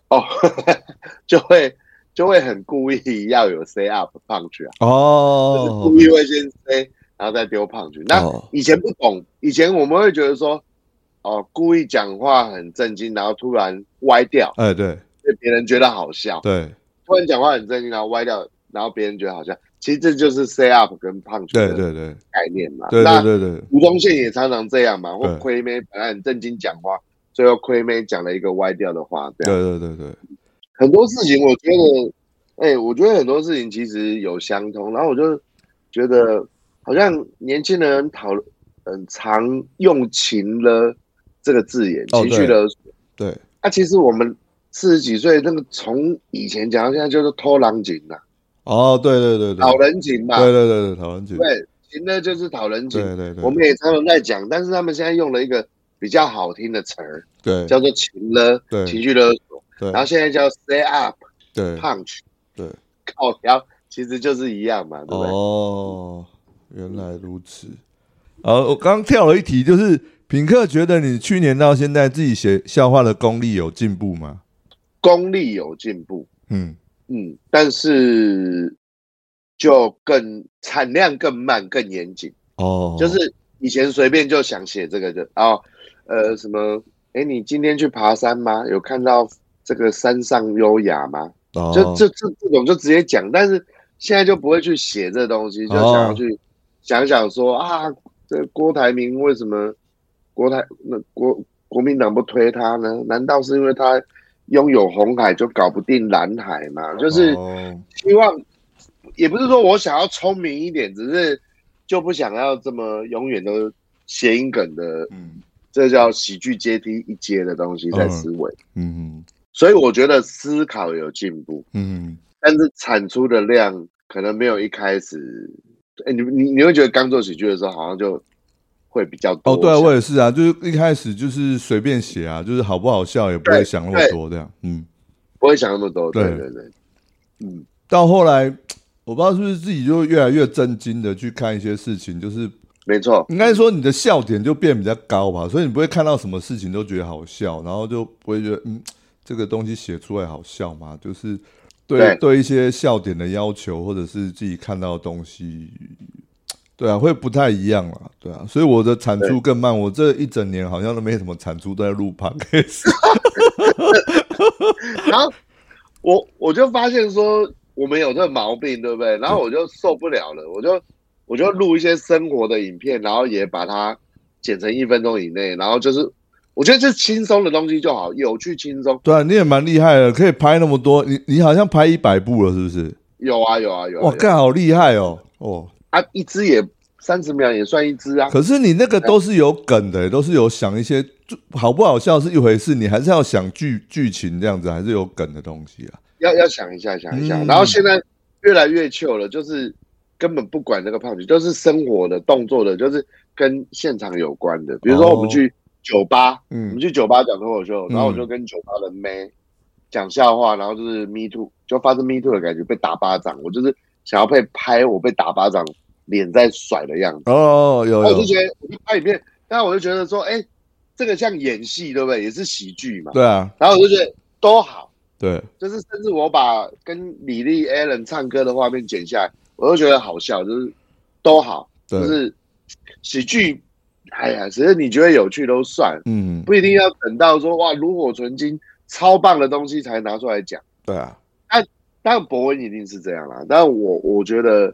Speaker 3: 哦，就会就会很故意 要有 say up 胖去啊，就是
Speaker 2: 哦
Speaker 3: 故，意会先 say，然后再丢胖去。那
Speaker 2: 哦
Speaker 3: 以前不懂，以前我们会觉得说，哦，故意讲话很震惊，然后突然歪掉，
Speaker 2: 哎，对
Speaker 3: 被别人觉得好笑；
Speaker 2: 对
Speaker 3: 突然讲话很震惊，然后歪掉，然后别人觉得好笑。其实这就是 say up 跟胖去
Speaker 2: 对
Speaker 3: 的
Speaker 2: 对对
Speaker 3: 概念嘛。
Speaker 2: 对
Speaker 3: 那
Speaker 2: 对对对，
Speaker 3: 吴宗宪也常常这样嘛，或
Speaker 2: 对
Speaker 3: 亏妹本来很正经讲话，最后亏妹讲了一个歪掉的话，这
Speaker 2: 对
Speaker 3: 样。
Speaker 2: 对对对，
Speaker 3: 很多事情，我觉得，哎、我觉得很多事情其实有相通。然后我就觉得，好像年轻人讨论，很常用“情了”这个字眼，
Speaker 2: 哦
Speaker 3: 情绪的。
Speaker 2: 对，
Speaker 3: 那、其实我们四十几岁，那个从以前讲到现在，就是偷狼情嘛，
Speaker 2: 哦，对对对对，
Speaker 3: 讨人情嘛。
Speaker 2: 对对对对，讨论区，
Speaker 3: 对，情呢就是讨人情
Speaker 2: 对。对对，
Speaker 3: 我们也常常在讲，但是他们现在用了一个比较好听的词儿，
Speaker 2: 对
Speaker 3: 叫做“情了
Speaker 2: 对”，
Speaker 3: 情绪勒索。
Speaker 2: 对
Speaker 3: 然后现在叫 “stay up”。
Speaker 2: 对
Speaker 3: punch，
Speaker 2: 对，
Speaker 3: 靠腰其实就是一样嘛，对不对？
Speaker 2: 哦，原来如此。呃，我刚跳了一题，就是品客觉得你去年到现在自己写笑话的功力有进步吗？
Speaker 3: 功力有进步，
Speaker 2: 嗯，
Speaker 3: 嗯，但是就更产量更慢，更严谨。
Speaker 2: 哦，
Speaker 3: 就是以前随便就想写这个的哦，呃，什么？哎，你今天去爬山吗？有看到这个山上优雅吗？
Speaker 2: 哦
Speaker 3: 就这这这种就直接讲，但是现在就不会去写这东西，就想
Speaker 2: 哦
Speaker 3: 要去想想说啊，这郭台铭为什么国台那国国民党不推他呢？难道是因为他拥有红海就搞不定蓝海吗？就是
Speaker 2: 哦
Speaker 3: 希望，也不是说我想要聪明一点，只是就不想要这么永远都谐音梗的，
Speaker 2: 嗯
Speaker 3: 这叫喜剧阶梯一阶的东西在
Speaker 2: 嗯
Speaker 3: 思维。
Speaker 2: 嗯
Speaker 3: 所以我觉得思考有进步，
Speaker 2: 嗯，
Speaker 3: 但是产出的量可能没有一开始，哎、你你你会觉得刚做喜剧的时候好像就会比较多。
Speaker 2: 哦，对啊，
Speaker 3: 想
Speaker 2: 我也是啊，就是一开始就是随便写啊，就是好不好笑也不会
Speaker 3: 对
Speaker 2: 想那么
Speaker 3: 对
Speaker 2: 多这样，嗯。
Speaker 3: 不会想那么多。对
Speaker 2: 对
Speaker 3: 对对，嗯，
Speaker 2: 到后来，我不知道是不是自己就越来越震惊的去看一些事情，就是
Speaker 3: 没错，
Speaker 2: 应该说你的笑点就变比较高吧，所以你不会看到什么事情都觉得好笑，然后就不会觉得嗯，这个东西写出来好笑吗？就是对对
Speaker 3: 对
Speaker 2: 一些笑点的要求，或者是自己看到的东西，对啊，会不太一样啦，对啊，所以我的产出更慢，我这一整年好像都没什么产出，都在录 podcast，
Speaker 3: 然后我我就发现说我们有这个毛病，对不对？然后我就受不了了，我就我就录一些生活的影片，然后也把它剪成一分钟以内，然后就是我觉得这轻松的东西就好，有趣轻松。
Speaker 2: 对啊，你也蛮厉害的，可以拍那么多，你你好像拍一百部了，是不是？
Speaker 3: 有啊有啊有
Speaker 2: 哇，
Speaker 3: 啊有
Speaker 2: 干好厉害哦！哦，
Speaker 3: 啊，一支也三十秒也算一支啊。
Speaker 2: 可是你那个都是有梗的，都是有想一些就好不好笑是一回事，你还是要想剧剧情这样子，还是有梗的东西啊。
Speaker 3: 要要想一下，想一下。
Speaker 2: 嗯
Speaker 3: 然后现在越来越旧了，就是根本不管这个胖子，就是生活的、动作的，就是跟现场有关的。比如说
Speaker 2: 哦
Speaker 3: 我们去酒吧，我
Speaker 2: 嗯
Speaker 3: 们去酒吧讲脱口秀，
Speaker 2: 嗯
Speaker 3: 然后我就跟酒吧的妹讲笑话，然后就是 me too，就发生 me too 的感觉，被打巴掌，我就是想要被拍我被打巴掌脸在甩的样子。
Speaker 2: 哦，有
Speaker 3: 然后我
Speaker 2: 有
Speaker 3: 就，觉得，我就拍影片，但我就觉得说，哎、这个像演戏，对不对？也是喜剧嘛。
Speaker 2: 对啊，
Speaker 3: 然后我就觉得都好。
Speaker 2: 对，
Speaker 3: 就是甚至我把跟李丽、Allen 唱歌的画面剪下来，我都觉得好笑，就是都好，
Speaker 2: 对
Speaker 3: 就是喜剧，哎呀，只是你觉得有趣都算，
Speaker 2: 嗯，
Speaker 3: 不一定要等到说哇炉火纯青、超棒的东西才拿出来讲。
Speaker 2: 对啊，
Speaker 3: 但博文一定是这样啦，但我我觉得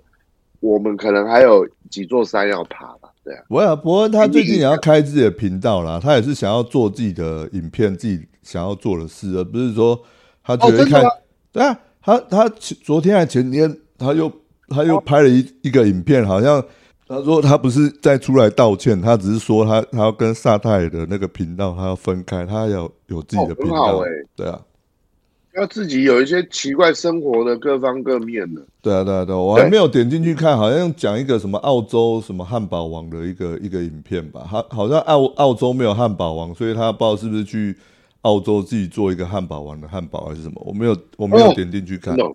Speaker 3: 我们可能还有几座山要爬吧，对啊，
Speaker 2: 我也伯恩他最近也要开自己的频道啦，他也是想要做自己的影片，自己想要做的事，而不是说他觉
Speaker 3: 哦
Speaker 2: 得
Speaker 3: 真的
Speaker 2: 看，
Speaker 3: 吗
Speaker 2: 对啊，他他前昨天还前天他又他
Speaker 3: 哦
Speaker 2: 又拍了一、一个影片，好像他说他不是在出来道歉，他只是说他他要跟萨泰尔的那个频道他要分开，他要有自己的
Speaker 3: 哦
Speaker 2: 频
Speaker 3: 很
Speaker 2: 道，
Speaker 3: 好哎、
Speaker 2: 对啊。
Speaker 3: 要自己有一些奇怪生活的各方各面的，
Speaker 2: 对啊，对啊，对啊，我
Speaker 3: 对
Speaker 2: 还没有点进去看，好像讲一个什么澳洲什么汉堡王的一个一个影片吧，好，好像澳澳洲没有汉堡王，所以他不知道是不是去澳洲自己做一个汉堡王的汉堡还是什么，我没有我没有
Speaker 3: 哦
Speaker 2: 点进去看
Speaker 3: 真，的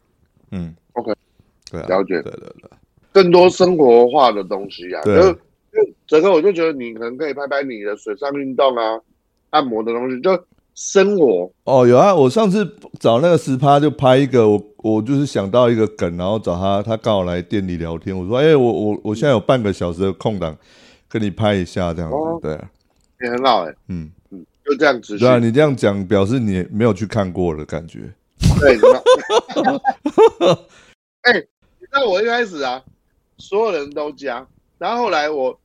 Speaker 2: 嗯
Speaker 3: OK，
Speaker 2: 对啊，
Speaker 3: 了解
Speaker 2: 对对对，
Speaker 3: 更多生活化的东西啊。
Speaker 2: 对
Speaker 3: 就就整个我就觉得你可能可以拍拍你的水上运动啊、按摩的东西，就生活。
Speaker 2: 哦，有啊，我上次找那个十趴就拍一个，我我就是想到一个梗，然后找他，他刚好来店里聊天，我说，哎、我我我现在有半个小时的空档，跟你拍一下这样子，
Speaker 3: 哦
Speaker 2: 对、啊，
Speaker 3: 也很好哎、
Speaker 2: 嗯，
Speaker 3: 就这样持续
Speaker 2: 对啊，你这样讲表示你没有去看过的感觉。
Speaker 3: 对。你知道 哎、你知道我一开始啊，所有人都加，然后后来我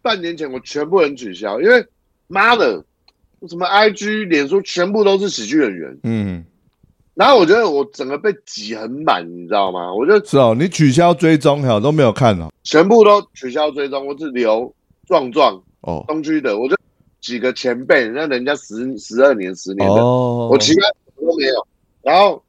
Speaker 3: 半年前我全部人取消，因为妈的，什么 IG、脸书全部都是喜剧演员，
Speaker 2: 嗯，
Speaker 3: 然后我觉得我整个被挤很满，你知道吗？我就是
Speaker 2: 哦，你取消追踪好都没有看哦。
Speaker 3: 全部都取消追踪，我只留壮壮
Speaker 2: 哦
Speaker 3: 东区的，我就几个前辈，那人家十十二年、十年的，
Speaker 2: 哦，
Speaker 3: 我其他都没有。然后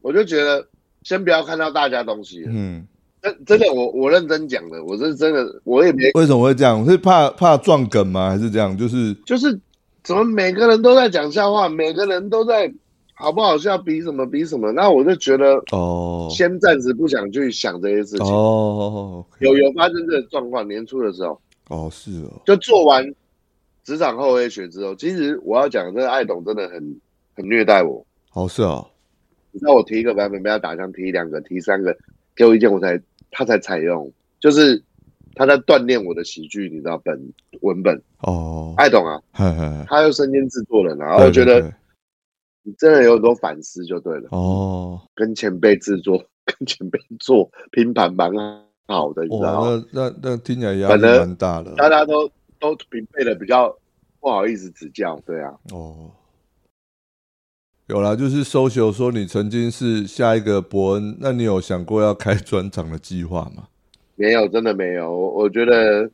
Speaker 3: 我就觉得，先不要看到大家东西了。
Speaker 2: 嗯，
Speaker 3: 真真的，我我认真讲的，我是真的，我也没
Speaker 2: 为什么会这样？是怕怕撞梗吗？还是这样？就是
Speaker 3: 就是怎么每个人都在讲笑话，每个人都在好不好笑比什么比什么，那我就觉得
Speaker 2: 哦
Speaker 3: 先暂时不想去想这些事情。
Speaker 2: 哦
Speaker 3: 有有发生这个状况，年初的时候。
Speaker 2: 哦是哦，
Speaker 3: 就做完职场后 A 学之后，其实我要讲，这个艾董真的很很虐待我。
Speaker 2: 哦是哦，
Speaker 3: 你知道我提一个版本被他打枪，提两个，提三个，给我意见我才他才采用，就是他在锻炼我的喜剧，你知道本文本。
Speaker 2: 哦，
Speaker 3: 艾董啊，
Speaker 2: 嘿嘿嘿，
Speaker 3: 他又身兼制作人啊，然
Speaker 2: 对
Speaker 3: 后我觉
Speaker 2: 对
Speaker 3: 得
Speaker 2: 对
Speaker 3: 你真的有很多反思就对了，
Speaker 2: 哦，
Speaker 3: 跟前辈制作，跟前辈做拼盘蛮好的，你知
Speaker 2: 哇，
Speaker 3: 道吗？
Speaker 2: 那那那听起来压
Speaker 3: 反
Speaker 2: 力
Speaker 3: 正
Speaker 2: 蛮大的
Speaker 3: 大家都都平辈的比较不好意思指教，对啊。
Speaker 2: 哦。有啦，就是搜求说你曾经是下一个伯恩，那你有想过要开专场的计划吗？
Speaker 3: 没有，真的没有。我我觉得，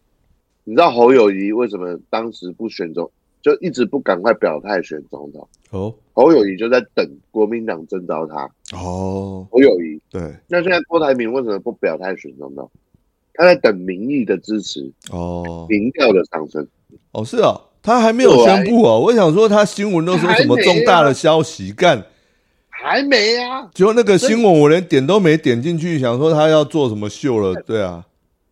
Speaker 3: 你知道侯友谊为什么当时不选总，就一直不赶快表态选总统？
Speaker 2: 哦
Speaker 3: 侯友谊就在等国民党征召他。
Speaker 2: 哦，
Speaker 3: 侯友谊，
Speaker 2: 对，
Speaker 3: 那现在郭台铭为什么不表态选总统？他在等民意的支持，
Speaker 2: 哦
Speaker 3: 民调的上升。
Speaker 2: 哦是哦，他还没啊有宣布哦，我想说他新闻都说什么重大的消息干，
Speaker 3: 还没啊，
Speaker 2: 结果那个新闻我连点都没点进去，想说他要做什么秀了，对啊，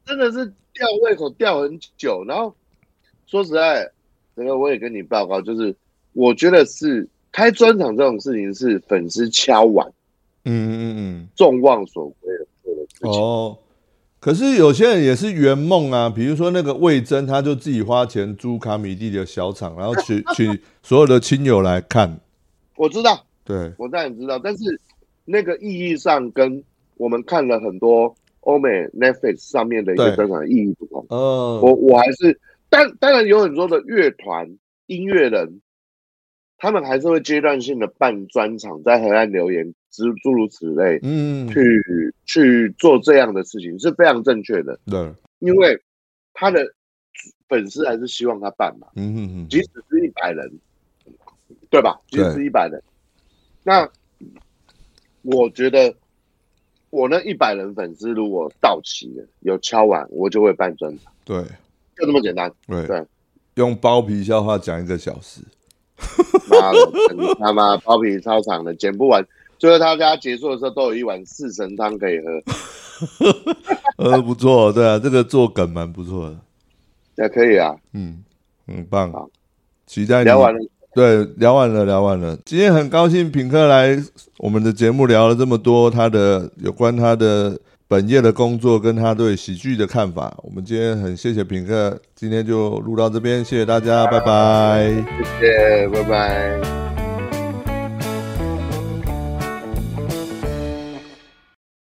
Speaker 3: 真的是吊胃口吊很久。然后说实在，这个我也跟你报告，就是我觉得是开专场这种事情是粉丝敲碗
Speaker 2: 嗯嗯
Speaker 3: 众望所归的做的事
Speaker 2: 嗯，
Speaker 3: 情。
Speaker 2: 哦。可是有些人也是圆梦啊，比如说那个魏征，他就自己花钱租卡米蒂的小场，然后请请所有的亲友来看，
Speaker 3: 我知道，
Speaker 2: 对，
Speaker 3: 我当然知道，但是那个意义上跟我们看了很多欧美 Netflix 上面的一
Speaker 2: 对
Speaker 3: 个专场的意义不同。
Speaker 2: 呃，
Speaker 3: 我我还是，但当然有很多的乐团音乐人，他们还是会阶段性的办专场，在河岸留言诸诸如此类，
Speaker 2: 嗯，
Speaker 3: 去去做这样的事情是非常正确的，
Speaker 2: 对，
Speaker 3: 因为他的粉丝还是希望他办嘛，
Speaker 2: 嗯嗯嗯，
Speaker 3: 即使是一百人，对吧？即
Speaker 2: 对
Speaker 3: 使是一百人，那我觉得。我那一百人粉丝如果到齐了，有敲完，我就会办专场，
Speaker 2: 对
Speaker 3: 就这么简单。
Speaker 2: 对
Speaker 3: 对
Speaker 2: 用包皮笑话讲一个小时，
Speaker 3: 妈的，真他妈 包皮超长的，剪不完。最后大家结束的时候都有一碗四神汤可以喝，
Speaker 2: 呃，不错，对啊，这个做梗蛮不错的，
Speaker 3: 那可以啊。
Speaker 2: 嗯，很棒
Speaker 3: 好，
Speaker 2: 期待你
Speaker 3: 聊完了，
Speaker 2: 对，聊完了，聊完了。今天很高兴品客来我们的节目聊了这么多，他的有关他的本业的工作跟他对喜剧的看法。我们今天很谢谢品客，今天就录到这边，谢谢大家，拜拜。
Speaker 3: 谢谢，拜拜。